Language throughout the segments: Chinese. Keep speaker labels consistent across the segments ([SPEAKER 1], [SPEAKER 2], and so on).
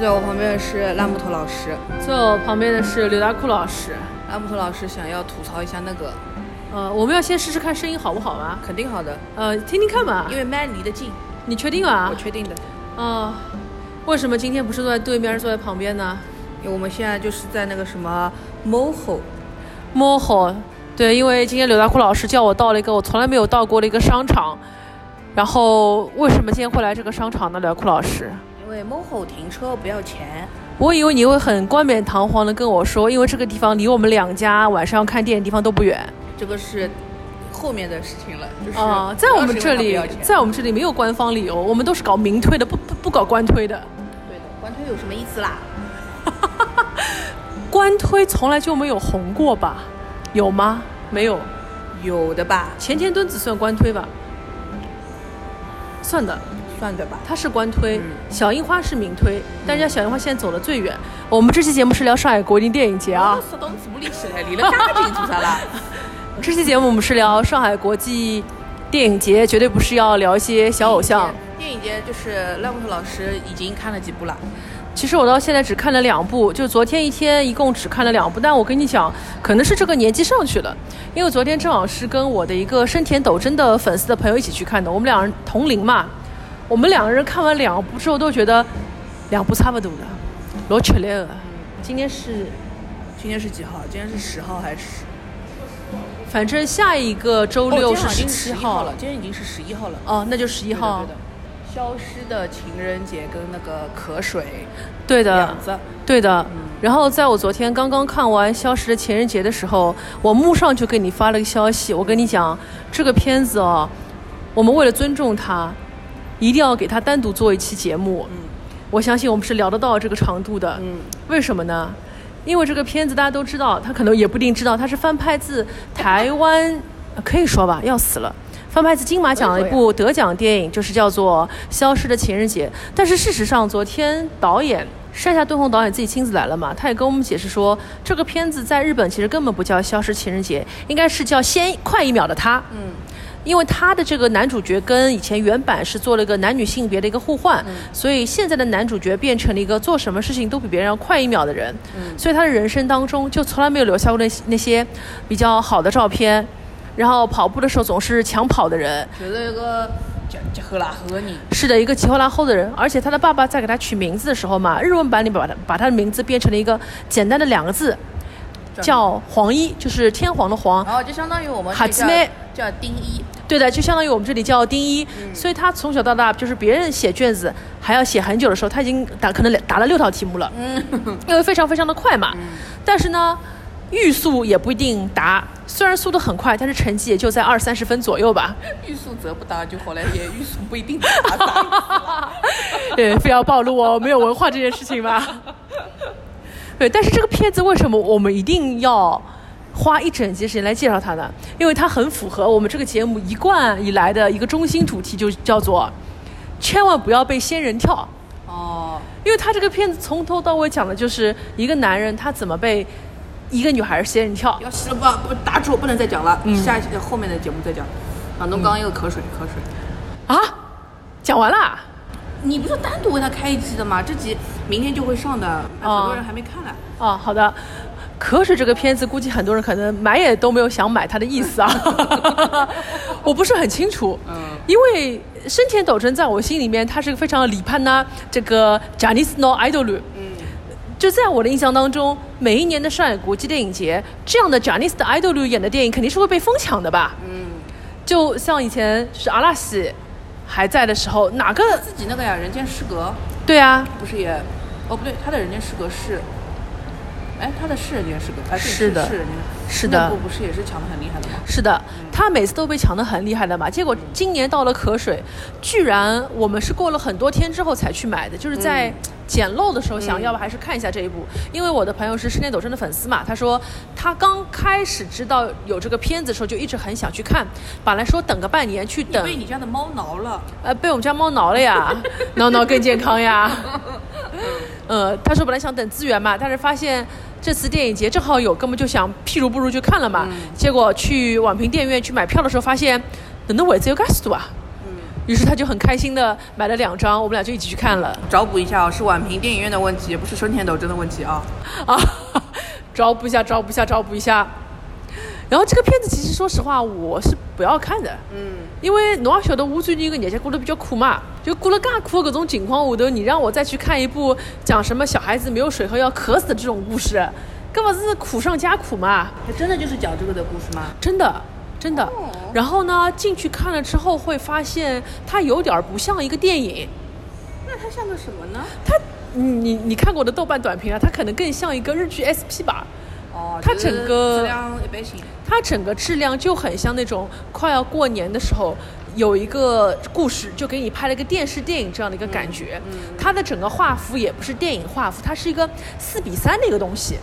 [SPEAKER 1] 在我旁边的是烂木头老师，
[SPEAKER 2] 在我旁边的是刘大库老师。
[SPEAKER 1] 烂木头老师想要吐槽一下那个，
[SPEAKER 2] 呃，我们要先试试看声音好不好吗？
[SPEAKER 1] 肯定好的，
[SPEAKER 2] 呃，听听看嘛
[SPEAKER 1] 因。为麦离得近，
[SPEAKER 2] 你确定啊
[SPEAKER 1] 我？确定的。
[SPEAKER 2] 哦、为什么今天不是坐在对面，而是坐在旁边呢？
[SPEAKER 1] 因为我们现在就是在那个什么 MOHO，
[SPEAKER 2] 摸好，对，因为今天刘大库老师叫我到了一个我从来没有到过的一个商场。然后为什么今天会来这个商场呢？刘大库老师，
[SPEAKER 1] 因为 MOHO 停车不要钱。
[SPEAKER 2] 我以为你会很冠冕堂皇的跟我说，因为这个地方离我们两家晚上要看电影的地方都不远。
[SPEAKER 1] 这个是后面的事情了，就是
[SPEAKER 2] 啊，在我们这
[SPEAKER 1] 不
[SPEAKER 2] 里
[SPEAKER 1] 要是因为它不要，钱
[SPEAKER 2] 在我们这里没有官方理由，我们都是搞明推的，不不不搞官推的。
[SPEAKER 1] 对的，官推有什么意思啦？
[SPEAKER 2] 官推从来就没有红过吧？有吗？没有。
[SPEAKER 1] 有的吧，
[SPEAKER 2] 前田敦子算官推吧？算的，
[SPEAKER 1] 算的吧。
[SPEAKER 2] 她是官推。
[SPEAKER 1] 嗯
[SPEAKER 2] 小樱花是明推，但人家小樱花现在走得最远。我们这期节目是聊上海国际电影节啊。
[SPEAKER 1] 说到什么历史来？离了家近做啥啦？
[SPEAKER 2] 这期节目我们是聊上海国际电影节，绝对不是要聊一些 小偶像。
[SPEAKER 1] 电影节就是烂木头老师已经看了几部了，
[SPEAKER 2] 其实我到现在只看了两部，就昨天一天一共只看了两部。但我跟你讲，可能是这个年纪上去了，因为昨天正好是跟我的一个深田斗真的粉丝的朋友一起去看的，我们两人同龄嘛。我们两个人看完两部之后都觉得两部差不多的，老吃力了。今天是，
[SPEAKER 1] 今天是几号？今天是十号还是十？
[SPEAKER 2] 反正下一个周
[SPEAKER 1] 哦
[SPEAKER 2] 六
[SPEAKER 1] 今天好
[SPEAKER 2] 是
[SPEAKER 1] 像已
[SPEAKER 2] 十
[SPEAKER 1] 经
[SPEAKER 2] 七
[SPEAKER 1] 11
[SPEAKER 2] 号
[SPEAKER 1] 了，今天已经是十一号了。
[SPEAKER 2] 哦，那就十一
[SPEAKER 1] 一
[SPEAKER 2] 号。
[SPEAKER 1] 消失的情人节跟那个可水
[SPEAKER 2] 对的，
[SPEAKER 1] 两子，
[SPEAKER 2] 对的。然后在我昨天刚刚看完《消失的情人节》的时候，我幕上就给你发了个消息，我跟你讲，这个片子哦，我们为了尊重它，一定要给它单独做一期节目。我相信我们是聊得到这个长度的。
[SPEAKER 1] 嗯
[SPEAKER 2] 为什么呢？因为这个片子大家都知道，他可能也不一定知道，它是翻拍自台湾，呃可以说吧，要死了。翻拍自金马奖的一部得奖电影，就是叫做《消失的情人节》。但是事实上，昨天导演山下敦弘导演自己亲自来了嘛，他也跟我们解释说，这个片子在日本其实根本不叫《消失情人节》，应该是叫《先快一秒的他》。
[SPEAKER 1] 嗯，
[SPEAKER 2] 因为他的这个男主角跟以前原版是做了一个男女性别的一个互换，所以现在的男主角变成了一个做什么事情都比别人要快一秒的人，所以他的人生当中就从来没有留下过那那些比较好的照片，然后跑步的时候总是抢跑的人，
[SPEAKER 1] 觉得一个结结合啦和你，
[SPEAKER 2] 是的，一个急后拉后的人，而且他的爸爸在给他取名字的时候嘛，日文版里把他把他的名字变成了一个简单的两个字，叫黄一，就是天皇的皇，
[SPEAKER 1] 然后就相当于我们
[SPEAKER 2] 哈
[SPEAKER 1] 这
[SPEAKER 2] 兹妹
[SPEAKER 1] 叫叫丁一，
[SPEAKER 2] 对的，就相当于我们这里叫丁一，所以他从小到大就是别人写卷子还要写很久的时候，他已经打可能打了六道题目了， 因为非常非常的快嘛。但是呢，预速也不一定答，虽然速度很快，但是成绩也就在二三十分左右吧。
[SPEAKER 1] 欲速则不达，就好了也欲速不一定达到。
[SPEAKER 2] 对，非要暴露我没有文化这件事情吧。 对，但是这个片子为什么我们一定要花一整集时间来介绍它呢？因为它很符合我们这个节目一贯以来的一个中心主题，就叫做千万不要被仙人跳。
[SPEAKER 1] 哦，
[SPEAKER 2] 因为他这个片子从头到尾讲的就是一个男人他怎么被一个女孩仙人跳。
[SPEAKER 1] 要死了吧！不打住，不能再讲了，下一期后面的节目再讲。啊，侬刚刚又口水，口水。
[SPEAKER 2] 啊，讲完啊啦。
[SPEAKER 1] 你不是单独为他开一期的吗？这集明天就会上的，
[SPEAKER 2] 哦
[SPEAKER 1] 很多人还没看呢。
[SPEAKER 2] 哦，好的。可水这个片子，估计很多人可能买也都没有想买它的意思啊， 我不是很清楚。
[SPEAKER 1] 嗯
[SPEAKER 2] 因为深田斗真在我心里面，他是个非常离叛呐，这个 Janis No idol。
[SPEAKER 1] 嗯，
[SPEAKER 2] 就在我的印象当中，每一年的上海国际电影节，这样的 Janis 的 idol 演的电影肯定是会被疯抢的吧？嗯，就像以前是阿拉西还在的时候，哪个
[SPEAKER 1] 自己那个呀，《人间失格
[SPEAKER 2] 对啊？》
[SPEAKER 1] 不是也？哦，不对，他的《人间失格》是，哎，他的是《人间失格》，哎，对
[SPEAKER 2] 是的
[SPEAKER 1] 是《人间》，
[SPEAKER 2] 是的
[SPEAKER 1] 那部不是也是抢的很厉害的吗？
[SPEAKER 2] 是的，他每次都被抢得很厉害的嘛。结果今年到了可水，居然我们是过了很多天之后才去买的，就是在捡漏的时候想，要不还是看一下这一部。因为我的朋友是室内斗争的粉丝嘛，他说他刚开始知道有这个片子的时候，就一直很想去看。本来说等个半年去等
[SPEAKER 1] 被，你家的猫挠了，
[SPEAKER 2] 呃，被我们家猫挠了呀，挠挠更健康呀。呃，他说本来想等资源嘛，但是发现这次电影节正好有，根本就想譬如不如去看了嘛。结果去宛平电影院去买票的时候，发现等的位置有介许多啊。于于是他就很开心的买了两张，我们俩就一起去看了。
[SPEAKER 1] 找补一下啊，是宛平电影院的问题，不是生田斗真的问题啊。
[SPEAKER 2] 啊， 找补一下，找补一下，找补一下。然后这个片子其实说实话我是不要看的，
[SPEAKER 1] 嗯，
[SPEAKER 2] 因为侬也晓得我最近搿日脚过得比较苦嘛，就过了介苦的搿种情况下头，你让我再去看一部讲什么小孩子没有水喝要渴死的这种故事，搿不是苦上加苦嘛？
[SPEAKER 1] 它真的就是讲这个的故事吗？
[SPEAKER 2] 真的，真的。然后呢，进去看了之后会发现它有点儿不像一个电影，
[SPEAKER 1] 那它像个什么呢？
[SPEAKER 2] 它你你你看过我的豆瓣短评啊，它可能更像一个日剧 SP 吧。
[SPEAKER 1] 哦，
[SPEAKER 2] 它
[SPEAKER 1] 就是
[SPEAKER 2] 整个
[SPEAKER 1] 质量也不行。
[SPEAKER 2] 它整个质量就很像那种快要过年的时候，有一个故事就给你拍了一个电视电影这样的一个感觉。它的整个画幅也不是电影画幅，它是一个四比三的一个东西，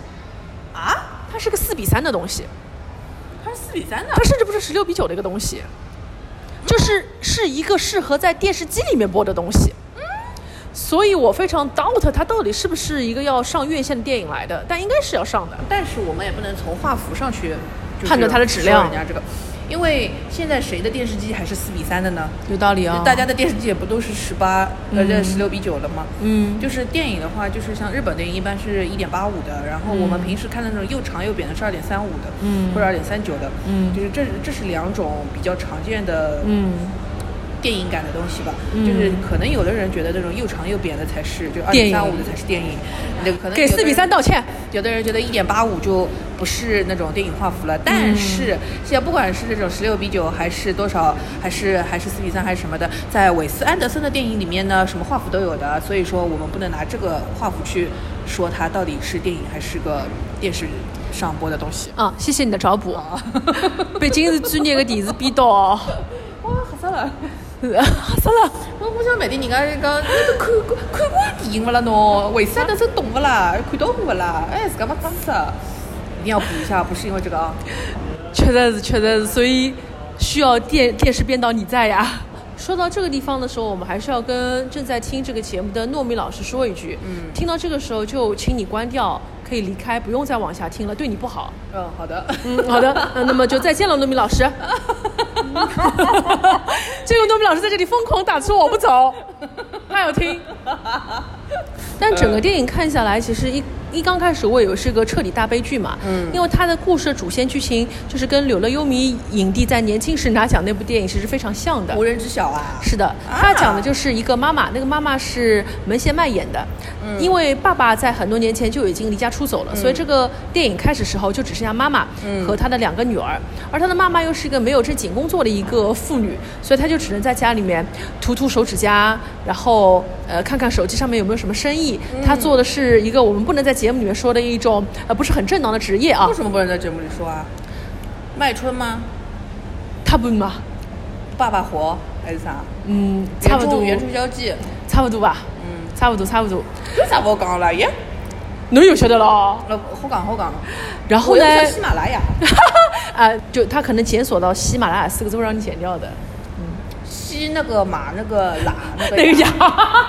[SPEAKER 1] 啊，
[SPEAKER 2] 它是个四比三的东西，
[SPEAKER 1] 它是四比三的
[SPEAKER 2] 它甚至不是十六比九的一个东西，就是是一个适合在电视机里面播的东西。所以我非常 doubt 它到底是不是一个要上院线的电影来的，但应该是要上的。
[SPEAKER 1] 但是我们也不能从画幅上去就是
[SPEAKER 2] 判断它的质量
[SPEAKER 1] 说人家这个，因为现在谁的电视机还是四比三的呢？
[SPEAKER 2] 有道理啊
[SPEAKER 1] 大家的电视机也不都是十八呃这十六比九了吗？
[SPEAKER 2] 嗯
[SPEAKER 1] 就是电影的话，就是像日本电影一般是一点八五的，然后我们平时看那种又长又扁的是二点三五的，
[SPEAKER 2] 嗯
[SPEAKER 1] 或者二点三九的，
[SPEAKER 2] 嗯
[SPEAKER 1] 就是这这是两种比较常见的
[SPEAKER 2] 嗯。
[SPEAKER 1] 电影感的东西吧，
[SPEAKER 2] 嗯
[SPEAKER 1] 就是可能有的人觉得这种又长又扁的才是，就二点
[SPEAKER 2] 电影
[SPEAKER 1] 三五的才是电影，那个可能
[SPEAKER 2] 给
[SPEAKER 1] 有的
[SPEAKER 2] 四
[SPEAKER 1] 人
[SPEAKER 2] 比三道歉。
[SPEAKER 1] 有的人觉得一点八五就不是那种电影画幅了，但是现在不管是这种十六比九还是多少，还是还是四比三还是什么的，在韦斯安德森的电影里面呢，什么画幅都有的，所以说我们不能拿这个画幅去说它到底是电影还是个电视上播的东西。
[SPEAKER 2] 啊，谢谢你的找补。北京是专业的电视编导哦，
[SPEAKER 1] 哇，吓死了！
[SPEAKER 2] 啥了？
[SPEAKER 1] 我我想问点人家讲，你都看过看过电影不啦？侬为啥都是懂不啦？看到过不啦？哎，自家没当识，一定要补一下，不是因为这个啊。
[SPEAKER 2] 确实是，确实是，所以需要电电视编导你在呀。说到这个地方的时候，我们还是要跟正在听这个节目的糯米老师说一句，
[SPEAKER 1] 嗯
[SPEAKER 2] 听到这个时候就请你关掉，可以离开，不用再往下听了，对你不好。
[SPEAKER 1] 嗯，好的。
[SPEAKER 2] 嗯，好的，呃那么就再见了，糯米老师。结果糯米老师在这里疯狂打出我不走，他要听。但整个电影看下来，其实一一刚开始我以为是个彻底大悲剧嘛，
[SPEAKER 1] 嗯
[SPEAKER 2] 因为它的故事的主线剧情就是跟《柳乐优弥》影帝在年轻时拿奖那部电影其实非常像的
[SPEAKER 1] 无。人知晓啊。
[SPEAKER 2] 是的，他讲的就是一个妈妈，那个妈妈是门贤曼演的，
[SPEAKER 1] 嗯
[SPEAKER 2] 因为爸爸在很多年前就已经离家出走了，所以这个电影开始时候就只剩下妈妈
[SPEAKER 1] 嗯
[SPEAKER 2] 和她的两个女儿，而她的妈妈又是一个没有正经工作的一个妇女，所以她就只能在家里面涂涂手指甲，然后呃看看手机上面有没有什么生
[SPEAKER 1] 嗯
[SPEAKER 2] 意。她做的是一个我们不能在节目里面说的一种呃不是很正当的职业啊
[SPEAKER 1] 为，什么不能在节目里说啊？卖春吗？
[SPEAKER 2] 她不嘛，
[SPEAKER 1] 爸爸活还是啥？
[SPEAKER 2] 嗯，差不多，
[SPEAKER 1] 原著交际，
[SPEAKER 2] 差不多吧，
[SPEAKER 1] 嗯，
[SPEAKER 2] 差不多，差不多，
[SPEAKER 1] 有啥不好讲了？耶，
[SPEAKER 2] 侬又晓得了哦。
[SPEAKER 1] 呃，好讲好讲。
[SPEAKER 2] 然后
[SPEAKER 1] 我
[SPEAKER 2] 呢
[SPEAKER 1] 又，不是喜马拉雅，
[SPEAKER 2] 啊，就他可能检索到喜马拉雅四个字会让你剪掉的，
[SPEAKER 1] 西那个马那个喇那
[SPEAKER 2] 那
[SPEAKER 1] 个
[SPEAKER 2] 个
[SPEAKER 1] 雅
[SPEAKER 2] 呀。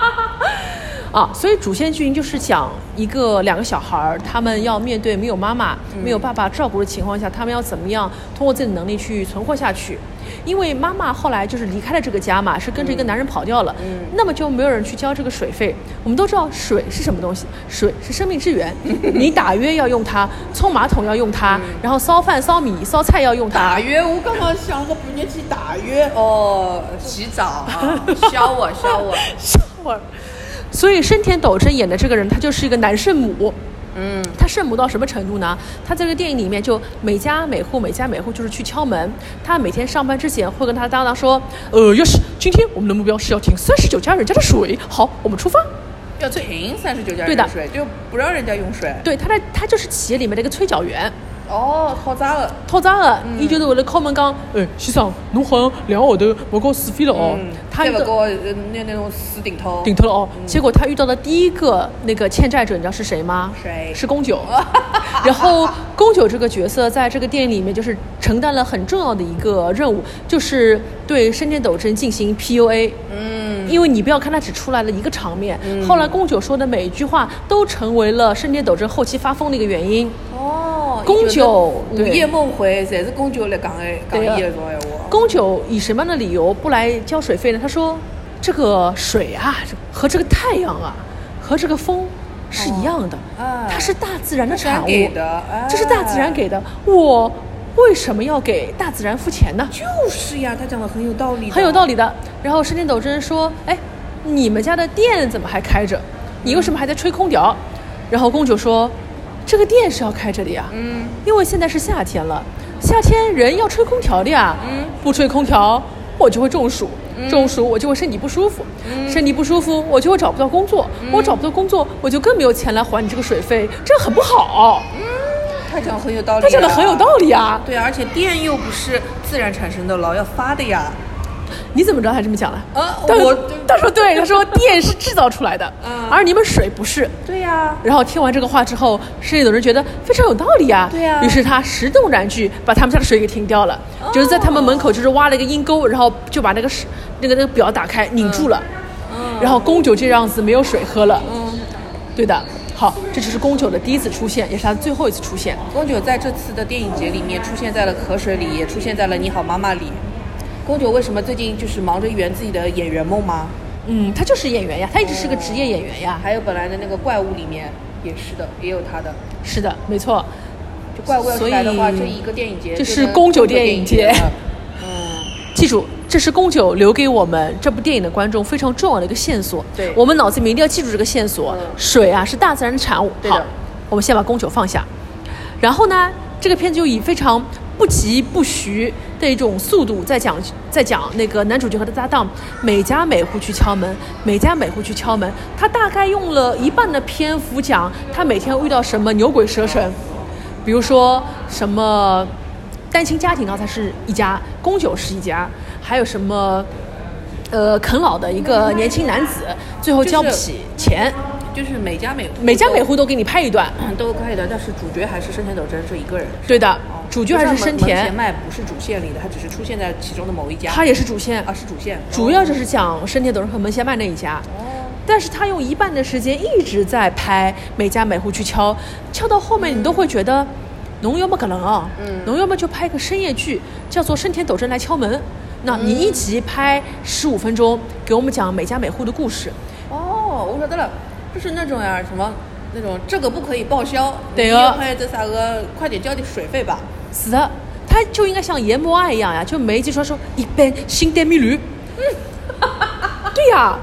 [SPEAKER 2] 啊，所以主线剧情就是讲一个两个小孩儿，他们要面对没有妈妈、没有爸爸照顾的情况下，他们要怎么样通过自己的能力去存活下去？因为妈妈后来就是离开了这个家嘛，是跟着一个男人跑掉了，
[SPEAKER 1] 嗯
[SPEAKER 2] 那么就没有人去交这个水费。我们都知道水是什么东西，水是生命之 源，你打约要用它，冲马桶要用它，然后烧饭、烧米、烧菜要用它，
[SPEAKER 1] 大约，我刚刚想个半日去大约哦，洗澡 啊，笑我笑我，
[SPEAKER 2] 会儿。所以深田斗真演的这个人，他就是一个男圣母。
[SPEAKER 1] 嗯，
[SPEAKER 2] 他圣母到什么程度呢？他在这个电影里面就每家每户、每家每户就是去敲门。他每天上班之前会跟他的搭档说：“呃，要是今天我们的目标是要停三十九家人家的水，好，我们出发。
[SPEAKER 1] 要停三十九家
[SPEAKER 2] 对
[SPEAKER 1] 人
[SPEAKER 2] 的
[SPEAKER 1] 的水，就不让人家用水。
[SPEAKER 2] 对”他在他就是企业里面的一个催缴员。
[SPEAKER 1] 哦，好渣了，
[SPEAKER 2] 透早的，
[SPEAKER 1] 嗯
[SPEAKER 2] 伊就是为了敲门讲：“哎，先生，侬好像两个号头没交水费了哦。
[SPEAKER 1] 嗯，
[SPEAKER 2] 他
[SPEAKER 1] 再
[SPEAKER 2] 有
[SPEAKER 1] 不
[SPEAKER 2] 个
[SPEAKER 1] 给我呃那那种死顶头，
[SPEAKER 2] 顶头了哦。
[SPEAKER 1] 嗯
[SPEAKER 2] 结果他遇到的第一个那个欠债者，你知道是谁吗？
[SPEAKER 1] 谁
[SPEAKER 2] 是宫九。 然后宫九这个角色在这个电影里面就是承担了很重要的一个任务，就是对深田斗真进行 PUA。
[SPEAKER 1] 嗯，
[SPEAKER 2] 因为你不要看他只出来了一个场面，后来宫九说的每一句话都成为了深田斗真后期发疯的一个原因。
[SPEAKER 1] 哦，
[SPEAKER 2] 宫
[SPEAKER 1] 一九
[SPEAKER 2] 九
[SPEAKER 1] 五
[SPEAKER 2] 对
[SPEAKER 1] 夜梦回，侪是宫九来讲的讲
[SPEAKER 2] 对啊
[SPEAKER 1] 伊的搿种闲话。
[SPEAKER 2] 宫九以什么样的理由不来交水费呢？他说，这个水啊和这个太阳啊和这个风是一样的，
[SPEAKER 1] 啊
[SPEAKER 2] 它是大自然的
[SPEAKER 1] 自然
[SPEAKER 2] 产物，
[SPEAKER 1] 给的啊
[SPEAKER 2] 这是大自然给的，我为什么要给大自然付钱呢？
[SPEAKER 1] 就是呀，他讲的很有道理，
[SPEAKER 2] 很有道
[SPEAKER 1] 理。
[SPEAKER 2] 理的。然后深田斗真说：“哎，你们家的电怎么还开着？你为什么还在吹空调？”然后公主说：“这个电是要开着的呀，
[SPEAKER 1] 嗯，
[SPEAKER 2] 因为现在是夏天了，夏天人要吹空调的呀。
[SPEAKER 1] 嗯
[SPEAKER 2] 不吹空调我就会中暑，中暑我就会身体不舒服，
[SPEAKER 1] 嗯
[SPEAKER 2] 身体不舒服我就会找不到工作，我找不到工作我就更没有钱来还你这个水费，这很不好。
[SPEAKER 1] 嗯他讲得很有道理，
[SPEAKER 2] 他讲的很有道。理啊，
[SPEAKER 1] 对啊，而且电又不是自然产生的了，要发的呀。
[SPEAKER 2] 你怎么知道他这么讲了？
[SPEAKER 1] 啊，
[SPEAKER 2] 他说
[SPEAKER 1] 我
[SPEAKER 2] 他说对，他说电是制造出来的，
[SPEAKER 1] 嗯
[SPEAKER 2] 而你们水不是。
[SPEAKER 1] 对呀，
[SPEAKER 2] 然后听完这个话之后，市里有人觉得非常有道理啊，
[SPEAKER 1] 对啊
[SPEAKER 2] 于是他石动燃具把他们家的水给停掉了，就是
[SPEAKER 1] 哦
[SPEAKER 2] 在他们门口就是挖了一个阴沟，然后就把那个水那个那个表打开拧住了，然后宫九这样子没有水喝了，
[SPEAKER 1] 嗯，
[SPEAKER 2] 对的，好，这就是宫九的第一次出现，也是他最后一次出现，
[SPEAKER 1] 宫九在这次的电影节里面出现在了《河水》里，也出现在了《你好妈妈》里。宫九为什么最近就是忙着圆自己的演员梦吗？
[SPEAKER 2] 嗯，他就是演员呀，他一直是个职业演员呀，
[SPEAKER 1] 还有本来的那个怪物里面也是的，也有他的。
[SPEAKER 2] 是的，没错，
[SPEAKER 1] 就怪物要是来的话，
[SPEAKER 2] 所以
[SPEAKER 1] 这一个电影节
[SPEAKER 2] 这是
[SPEAKER 1] 就能
[SPEAKER 2] 宫九
[SPEAKER 1] 电
[SPEAKER 2] 电影节
[SPEAKER 1] 了 嗯，
[SPEAKER 2] 记住，这是宫九留给我们这部电影的观众非常重要的一个线索。
[SPEAKER 1] 对
[SPEAKER 2] 我们脑子里面一定要记住这个线索。
[SPEAKER 1] 嗯
[SPEAKER 2] 水啊是大自然的产物。
[SPEAKER 1] 对的
[SPEAKER 2] 好，我们先把宫九放下，然后呢，这个片子就以非常不疾不徐的一种速度在讲，在讲那个男主角和他搭档每家每户去敲门，每家每户去敲门。他大概用了一半的篇幅讲他每天遇到什么牛鬼蛇神，比如说什么单亲家庭，刚才是一家，宫九是一家，还有什么呃啃老的一个年轻男子，最后交不起钱，
[SPEAKER 1] 就是每家每户
[SPEAKER 2] 每家
[SPEAKER 1] 都
[SPEAKER 2] 每户都给你拍一段，
[SPEAKER 1] 都可以的，但是主角还是深田斗真这一个人。
[SPEAKER 2] 对的
[SPEAKER 1] 哦，
[SPEAKER 2] 主角还是深
[SPEAKER 1] 就像门门前
[SPEAKER 2] 田，
[SPEAKER 1] 麦不是主线里的，他只是出现在其中的某一家。
[SPEAKER 2] 他也是主线
[SPEAKER 1] 啊，，是主线，
[SPEAKER 2] 主要就是讲深田斗人和门胁曼那一家。
[SPEAKER 1] 哦
[SPEAKER 2] 但是他用一半的时间一直在拍每家每户去敲，敲到后面你都会觉得，侬要么可能啊，
[SPEAKER 1] 嗯
[SPEAKER 2] 侬要么就拍个深夜剧，叫做《深田斗真来敲门》。那你
[SPEAKER 1] 嗯
[SPEAKER 2] 一集拍十五分钟，给我们讲每家每户的故事。
[SPEAKER 1] 哦，我晓得了，就是那种呀，什么那种这个不可以报销，
[SPEAKER 2] 对
[SPEAKER 1] 你
[SPEAKER 2] 哦
[SPEAKER 1] 要快这啥个，快点交点水费吧。
[SPEAKER 2] 是的，他就应该像研磨爱一样呀，就每一集说说一般新单米驴。
[SPEAKER 1] 嗯
[SPEAKER 2] 对呀、